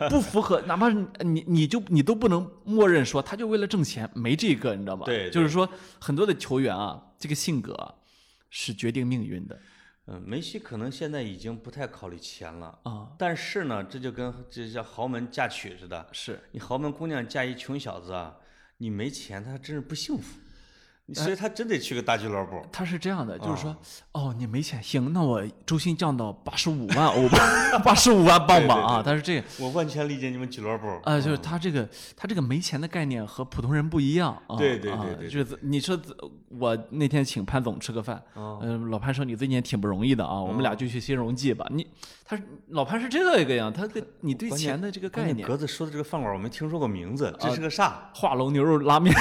[SPEAKER 2] 不符合， 哪怕是你，你就你都不能默认说他就为了挣钱，没这个，你知道吧？
[SPEAKER 1] 对
[SPEAKER 2] 就是
[SPEAKER 1] 对
[SPEAKER 2] 说很多的球员啊，这个性格、啊、是决定命运的
[SPEAKER 1] 嗯，梅西可能现在已经不太考虑钱了，
[SPEAKER 2] 啊，
[SPEAKER 1] 但是呢，这就跟这叫豪门嫁娶似的，
[SPEAKER 2] 是
[SPEAKER 1] 你豪门姑娘嫁一穷小子啊，你没钱，他真是不幸福，
[SPEAKER 2] 哎
[SPEAKER 1] 你所以他真得去个大俱乐部。
[SPEAKER 2] 他是这样的，就是
[SPEAKER 1] 啊
[SPEAKER 2] 说，哦，你没钱，行，那我周薪降到八十五万欧吧，八十五万 镑吧啊，他是这样，
[SPEAKER 1] 我万全理解你们俱乐部，
[SPEAKER 2] 啊，就是他这个他这个没钱的概念和普通人不一样啊，
[SPEAKER 1] 对对对
[SPEAKER 2] 啊
[SPEAKER 1] 对对
[SPEAKER 2] 就是你说我那天请潘总吃个饭，
[SPEAKER 1] 哦
[SPEAKER 2] 嗯，老潘说你最近也挺不容易的啊，我们俩就去新荣记吧，你他是老潘是这个样，他跟你对
[SPEAKER 1] 关键
[SPEAKER 2] 钱的这个
[SPEAKER 1] 关
[SPEAKER 2] 概
[SPEAKER 1] 键哎
[SPEAKER 2] 念，啊
[SPEAKER 1] 格子说的这个饭馆我没听说过名字，这是个啥？
[SPEAKER 2] 画龙牛肉拉 面，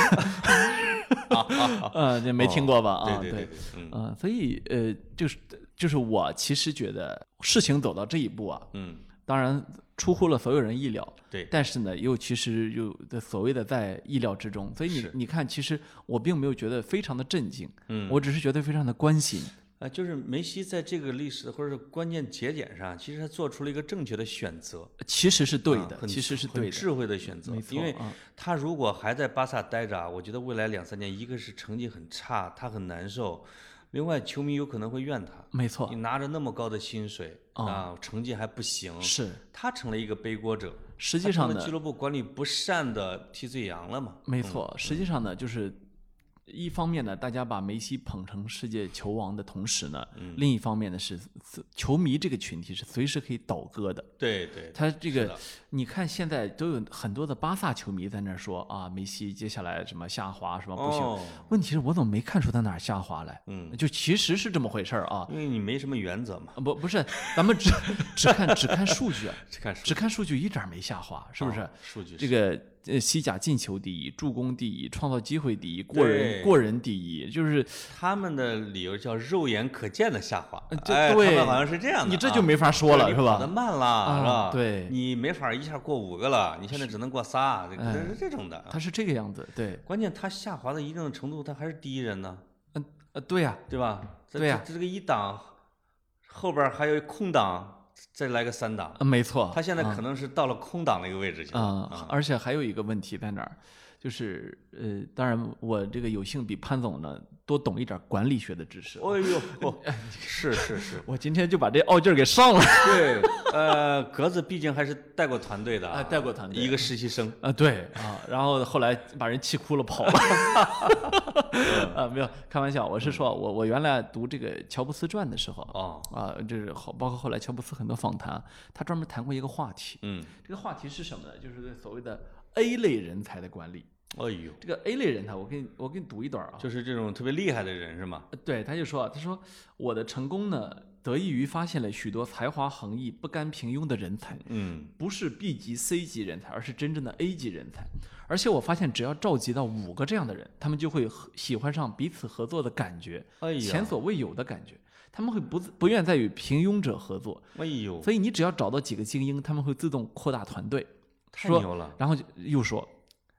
[SPEAKER 2] 呃，这没听过吧？啊，
[SPEAKER 1] 对对对，嗯
[SPEAKER 2] 啊、所以呃，就是就是我其实觉得事情走到这一步啊，
[SPEAKER 1] 嗯，
[SPEAKER 2] 当然出乎了所有人意料，
[SPEAKER 1] 对，
[SPEAKER 2] 但是呢，又其实又的所谓的在意料之中。所以你
[SPEAKER 1] 是
[SPEAKER 2] 你看，其实我并没有觉得非常的震惊，
[SPEAKER 1] 嗯
[SPEAKER 2] 我只是觉得非常的关心。
[SPEAKER 1] 啊，就是梅西在这个历史或者是关键节点上，其实他做出了一个正确的选择，
[SPEAKER 2] 其实是对
[SPEAKER 1] 啊
[SPEAKER 2] 的，
[SPEAKER 1] 很
[SPEAKER 2] 其实是
[SPEAKER 1] 很
[SPEAKER 2] 对的，
[SPEAKER 1] 智慧的选择
[SPEAKER 2] 没。错
[SPEAKER 1] 因为
[SPEAKER 2] 啊
[SPEAKER 1] 他如果还在巴萨待着啊，我觉得未来两三年，一个是成绩很差，他很难受；，另外球迷有可能会怨他，
[SPEAKER 2] 没错
[SPEAKER 1] 你，拿着那么高的薪水啊，成绩还不行，
[SPEAKER 2] 是。
[SPEAKER 1] 他成了一个背锅者，
[SPEAKER 2] 实
[SPEAKER 1] 他
[SPEAKER 2] 际上
[SPEAKER 1] 成了
[SPEAKER 2] 呢
[SPEAKER 1] 俱，乐部管理不善的替罪羊了嘛？
[SPEAKER 2] 没错，实际上呢，就是一方面呢，大家把梅西捧成世界球王的同时呢，
[SPEAKER 1] 嗯
[SPEAKER 2] 另一方面呢是是球迷这个群体是随时可以倒戈的。
[SPEAKER 1] 对对，
[SPEAKER 2] 他这
[SPEAKER 1] 哎是
[SPEAKER 2] 个
[SPEAKER 1] 的，
[SPEAKER 2] 你看现在都有很多的巴萨球迷在那儿说啊，梅西接下来什么下滑什么不行。
[SPEAKER 1] 哦，
[SPEAKER 2] 问题是我怎么没看出他哪儿下滑来？
[SPEAKER 1] 嗯，
[SPEAKER 2] 就其实是这么回事儿啊。
[SPEAKER 1] 因为你没什么原则嘛，
[SPEAKER 2] 啊不不是，咱们只只看只看数据啊，
[SPEAKER 1] 这看数
[SPEAKER 2] 只看数据一点儿没下滑，是不是？
[SPEAKER 1] 数据
[SPEAKER 2] 这
[SPEAKER 1] 是
[SPEAKER 2] 个呃，西甲进球第一，助攻第一，创造机会第一，过人
[SPEAKER 1] 对
[SPEAKER 2] 过人第一，就是
[SPEAKER 1] 他们的理由叫肉眼可见的下滑，
[SPEAKER 2] 呃这
[SPEAKER 1] 哎，他
[SPEAKER 2] 对
[SPEAKER 1] 们好像是这样的啊，
[SPEAKER 2] 你这就没法说了，
[SPEAKER 1] 你
[SPEAKER 2] 是
[SPEAKER 1] 跑得
[SPEAKER 2] 吧？
[SPEAKER 1] 慢了，是
[SPEAKER 2] 啊
[SPEAKER 1] 吧？
[SPEAKER 2] 对
[SPEAKER 1] 你没法一下过五个了，你现在只能过仨，这
[SPEAKER 2] 哎
[SPEAKER 1] 这是这种的。
[SPEAKER 2] 他是这个样子，对，
[SPEAKER 1] 关键他下滑到一定的程度，他还是第一人呢，
[SPEAKER 2] 嗯呃，对呀、
[SPEAKER 1] 对吧？这
[SPEAKER 2] 对呀
[SPEAKER 1] 这这个一档后边还有空档，再来个三档
[SPEAKER 2] 啊，，没错，
[SPEAKER 1] 他现在
[SPEAKER 2] 啊
[SPEAKER 1] 可能是到了空档那个位置去了
[SPEAKER 2] 啊、
[SPEAKER 1] 啊。
[SPEAKER 2] 而且还有一个问题在哪儿，就是呃，当然我这个有幸比潘总呢多懂一点管理学的知识。
[SPEAKER 1] 哎呦，哦 是是是，
[SPEAKER 2] 我今天就把这傲劲儿给上了
[SPEAKER 1] 对，呃，格子毕竟还是带过团队的
[SPEAKER 2] 啊带过团队
[SPEAKER 1] 一个实习生，
[SPEAKER 2] 啊！对啊，然后后来把人气哭了，跑了。 啊，没有开玩笑，我是说我我原来读这个乔布斯传的时候
[SPEAKER 1] 哦，
[SPEAKER 2] 啊，就是后包括后来乔布斯很多访谈，他专门谈过一个话题，
[SPEAKER 1] 嗯，
[SPEAKER 2] 这个话题是什么呢？就是所谓的 A 类人才的管理。
[SPEAKER 1] 哎呦，
[SPEAKER 2] 这个 A 类人才，我给你我给你读一段啊，
[SPEAKER 1] 就是这种特别厉害的人是吗？
[SPEAKER 2] 对，他就说，啊，他说我的成功呢，得益于发现了许多才华横溢、不甘平庸的人才，
[SPEAKER 1] 嗯，
[SPEAKER 2] 不是 B 级、C 级人才，而是真正的 A 级人才。而且我发现，只要召集到五个这样的人，他们就会合喜欢上彼此合作的感觉，
[SPEAKER 1] 哎
[SPEAKER 2] 前
[SPEAKER 1] 呀，
[SPEAKER 2] 所未有的感觉。他们会不自不愿再与平庸者合作，
[SPEAKER 1] 哎呦，
[SPEAKER 2] 所以你只要找到几个精英，他们会自动扩大团队。
[SPEAKER 1] 太
[SPEAKER 2] 说
[SPEAKER 1] 牛了，
[SPEAKER 2] 然后就又说，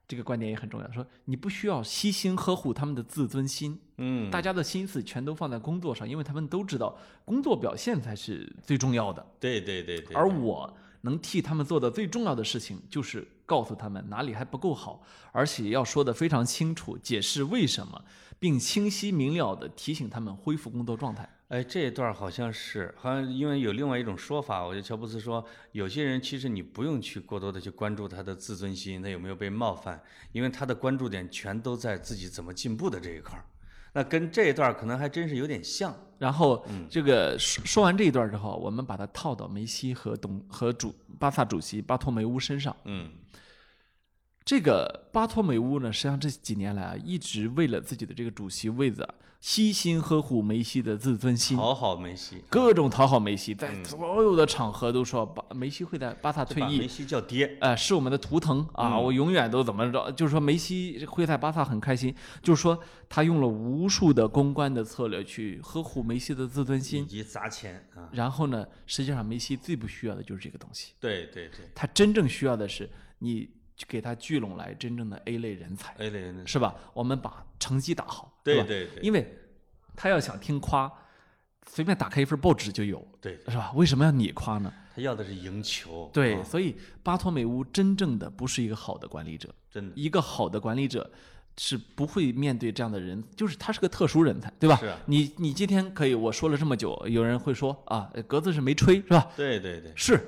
[SPEAKER 2] 这个观点也很重要，说你不需要悉心呵护他们的自尊心，
[SPEAKER 1] 嗯，
[SPEAKER 2] 大家的心思全都放在工作上，因为他们都知道工作表现才是最重要的。
[SPEAKER 1] 对对对对，
[SPEAKER 2] 而我能替他们做的最重要的事情，就是告诉他们哪里还不够好，而且要说得非常清楚，解释为什么，并清晰明了地提醒他们恢复工作状态。
[SPEAKER 1] 哎，这一段儿好像是，好像因为有另外一种说法，我觉得乔布斯说，有些人其实你不用去过多的去关注他的自尊心，他有没有被冒犯，因为他的关注点全都在自己怎么进步的这一块儿。那跟这一段可能还真是有点像。
[SPEAKER 2] 然后这个说说完这一段之后，我们把它套到梅西和董和主巴萨主席巴托梅乌身上。
[SPEAKER 1] 嗯
[SPEAKER 2] 这个巴托梅乌呢，实际上这几年来啊，一直为了自己的这个主席位子啊，悉心呵护梅西的自尊心，
[SPEAKER 1] 讨好梅西，
[SPEAKER 2] 各种讨好梅西，
[SPEAKER 1] 嗯
[SPEAKER 2] 在所有的场合都说巴梅西会在巴萨退
[SPEAKER 1] 把梅
[SPEAKER 2] 役，
[SPEAKER 1] 西叫嗯爹。
[SPEAKER 2] 呃，是我们的图腾啊，我永远都怎么着，就是说梅西会在巴萨很开心，就是说他用了无数的公关的策略去呵护梅西的自尊
[SPEAKER 1] 以
[SPEAKER 2] 心，
[SPEAKER 1] 及砸钱啊，
[SPEAKER 2] 然后呢，实际上梅西最不需要的就是这个东西，
[SPEAKER 1] 对对对
[SPEAKER 2] 他真正需要的是你给他聚拢来真正的 A 类人才。
[SPEAKER 1] ，A 类人的，
[SPEAKER 2] 是吧？我们把成绩打好，是
[SPEAKER 1] 对
[SPEAKER 2] 吧？
[SPEAKER 1] 对对
[SPEAKER 2] 因为他要想听夸，随便打开一份报纸就有，
[SPEAKER 1] 对，
[SPEAKER 2] 是吧？为什么要你夸呢？
[SPEAKER 1] 他要的是赢球，
[SPEAKER 2] 对，
[SPEAKER 1] 啊
[SPEAKER 2] 所以巴托美乌真正的不是一个好的管理者，
[SPEAKER 1] 真的
[SPEAKER 2] 一个好的管理者。是不会面对这样的人，就是他是个特殊人才，对吧？
[SPEAKER 1] 是啊
[SPEAKER 2] 你你今天可以，我说了这么久，有人会说啊，呃格子是没吹，是吧？
[SPEAKER 1] 对对对，
[SPEAKER 2] 是，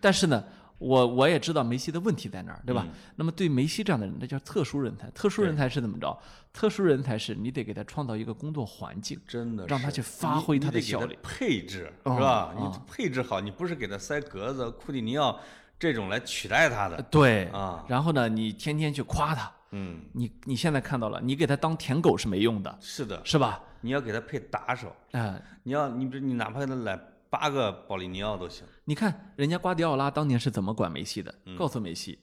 [SPEAKER 2] 但是呢，我我也知道梅西的问题在哪儿，对吧？那么对梅西这样的人，那叫特殊人才。特殊人才是怎么着？特殊人才是你得给他创造一个工作环境，
[SPEAKER 1] 真的
[SPEAKER 2] 让
[SPEAKER 1] 是
[SPEAKER 2] 他去发
[SPEAKER 1] 你
[SPEAKER 2] 挥
[SPEAKER 1] 你
[SPEAKER 2] 他的
[SPEAKER 1] 得给
[SPEAKER 2] 效
[SPEAKER 1] 他
[SPEAKER 2] 力
[SPEAKER 1] 配置是
[SPEAKER 2] 哦
[SPEAKER 1] 吧？
[SPEAKER 2] 哦
[SPEAKER 1] 你配置好，你不是给他塞格子、库蒂尼奥这种来取代他的，
[SPEAKER 2] 呃对
[SPEAKER 1] 啊
[SPEAKER 2] 然后呢，你天天去夸他，
[SPEAKER 1] 嗯，
[SPEAKER 2] 你你现在看到了，你给他当舔狗是没用的，
[SPEAKER 1] 是的，
[SPEAKER 2] 是吧？
[SPEAKER 1] 你要给他配打手，
[SPEAKER 2] 啊、
[SPEAKER 1] 你要你比如你哪怕给他来八个保利尼奥都行，
[SPEAKER 2] 你看人家瓜迪奥拉当年是怎么管梅西的？
[SPEAKER 1] 嗯
[SPEAKER 2] 告诉梅西，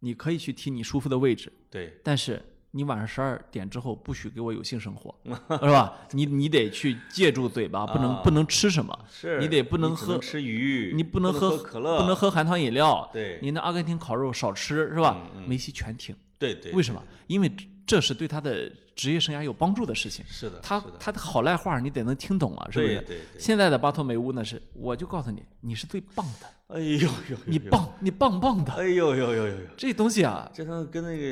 [SPEAKER 2] 你可以去踢你舒服的位置，
[SPEAKER 1] 对，
[SPEAKER 2] 但是你晚上十二点之后不许给我有性 生活，是吧？你你得去戒住嘴巴，不能、
[SPEAKER 1] 啊
[SPEAKER 2] 不能吃什么，
[SPEAKER 1] 是
[SPEAKER 2] 你得不能
[SPEAKER 1] 只
[SPEAKER 2] 喝
[SPEAKER 1] 吃鱼，
[SPEAKER 2] 你不能
[SPEAKER 1] 喝
[SPEAKER 2] 喝
[SPEAKER 1] 可乐，
[SPEAKER 2] 不能喝含糖饮料，
[SPEAKER 1] 对
[SPEAKER 2] 你那阿根廷烤肉少吃，是吧？梅西全停，
[SPEAKER 1] 对对，
[SPEAKER 2] 为什么？因为这是对他的职业生涯有帮助的事情。
[SPEAKER 1] 是的，
[SPEAKER 2] 他
[SPEAKER 1] 是的
[SPEAKER 2] 他的好赖话你得能听懂啊，是不
[SPEAKER 1] 对
[SPEAKER 2] 是？
[SPEAKER 1] 对对
[SPEAKER 2] 现在的巴托梅乌呢是，我就告诉你，你是最棒的，
[SPEAKER 1] 哎呦呦，
[SPEAKER 2] 你
[SPEAKER 1] 呦，
[SPEAKER 2] 棒，你棒棒的。
[SPEAKER 1] 哎呦呦呦呦呦。
[SPEAKER 2] 这东西啊，
[SPEAKER 1] 这他妈跟那个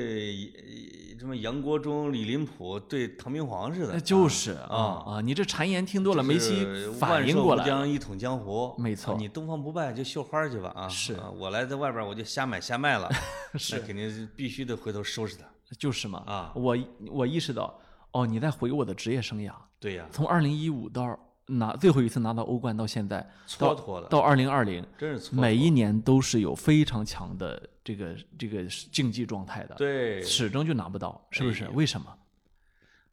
[SPEAKER 1] 什么杨国忠、李林甫对唐明皇似的
[SPEAKER 2] 那，就是啊啊！你这谗言听多了，梅西
[SPEAKER 1] 就是
[SPEAKER 2] 反应过
[SPEAKER 1] 万寿
[SPEAKER 2] 来
[SPEAKER 1] 无
[SPEAKER 2] 了。
[SPEAKER 1] 疆一统江湖，
[SPEAKER 2] 没错
[SPEAKER 1] 啊你东方不败就绣花去吧啊！
[SPEAKER 2] 是
[SPEAKER 1] 啊我来在外边儿我就瞎买瞎 卖了，是肯定是必须得回头收拾他。
[SPEAKER 2] 就是嘛
[SPEAKER 1] 啊
[SPEAKER 2] 我我意识到，哦，你在回顾我的职业生涯，
[SPEAKER 1] 对呀、
[SPEAKER 2] 从二零一五到拿最后一次拿到欧冠到现在，
[SPEAKER 1] 蹉跎的，
[SPEAKER 2] 到二零二零，
[SPEAKER 1] 真是蹉跎。
[SPEAKER 2] 每一年都是有非常强的这个这个竞技状态的，，
[SPEAKER 1] 对，
[SPEAKER 2] 始终就拿不到，是不是？为什么？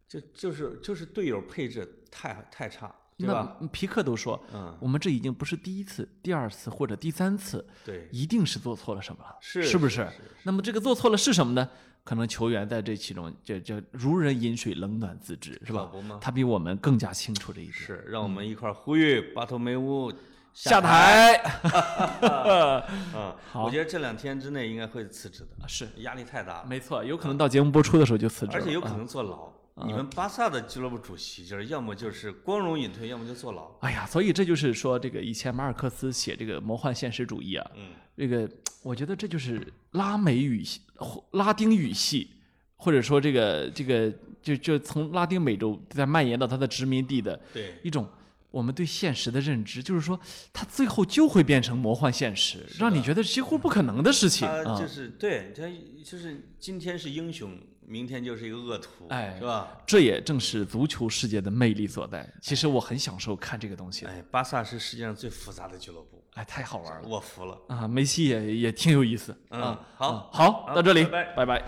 [SPEAKER 1] 就就是就是队友配置太太差，对
[SPEAKER 2] 那
[SPEAKER 1] 吧？
[SPEAKER 2] 皮克都说，
[SPEAKER 1] 嗯，
[SPEAKER 2] 我们这已经不是第一次、第二次或者第三次，
[SPEAKER 1] 对，
[SPEAKER 2] 一定是做错了什么了，
[SPEAKER 1] 是
[SPEAKER 2] 不
[SPEAKER 1] 是
[SPEAKER 2] 是
[SPEAKER 1] 是是
[SPEAKER 2] 那么这个做错了是什么呢？可能球员在这其中就就如人饮水，冷暖自知，是吧
[SPEAKER 1] 可不吗？
[SPEAKER 2] 他比我们更加清楚这一点。
[SPEAKER 1] 是让我们一块儿呼吁巴托梅乌
[SPEAKER 2] 嗯下
[SPEAKER 1] 台
[SPEAKER 2] 台
[SPEAKER 1] 啊！我觉得这两天之内应该会辞职的，
[SPEAKER 2] 啊是
[SPEAKER 1] 压力太大了，
[SPEAKER 2] 没错，有可能到节目播出的时候就辞职
[SPEAKER 1] 而
[SPEAKER 2] 了，
[SPEAKER 1] 且有可能坐牢。
[SPEAKER 2] 嗯
[SPEAKER 1] 你们巴萨的俱乐部主席就是要么就是光荣隐退，要么就坐牢。
[SPEAKER 2] 哎呀，所以这就是说，这个以前马尔克斯写这个魔幻现实主义啊，
[SPEAKER 1] 嗯，
[SPEAKER 2] 这个我觉得这就是拉美语系、或拉丁语系，或者说这个这个就就从拉丁美洲再蔓延到它的殖民地的
[SPEAKER 1] 对，
[SPEAKER 2] 一种我们对现实的认知，就是说它最后就会变成魔幻现实，让你觉得几乎不可能的事情
[SPEAKER 1] 他
[SPEAKER 2] 啊。
[SPEAKER 1] 就是对他就是今天是英雄，明天就是一个恶徒，
[SPEAKER 2] 哎
[SPEAKER 1] 是吧？
[SPEAKER 2] 这也正是足球世界的魅力所在。其实我很享受看这个东西的，
[SPEAKER 1] 哎，巴萨是世界上最复杂的俱乐部，
[SPEAKER 2] 哎，太好玩了
[SPEAKER 1] 我服了。
[SPEAKER 2] 啊！梅西也也挺有意思
[SPEAKER 1] 嗯
[SPEAKER 2] 啊。
[SPEAKER 1] 好
[SPEAKER 2] 好，到这里，
[SPEAKER 1] 拜拜
[SPEAKER 2] 拜拜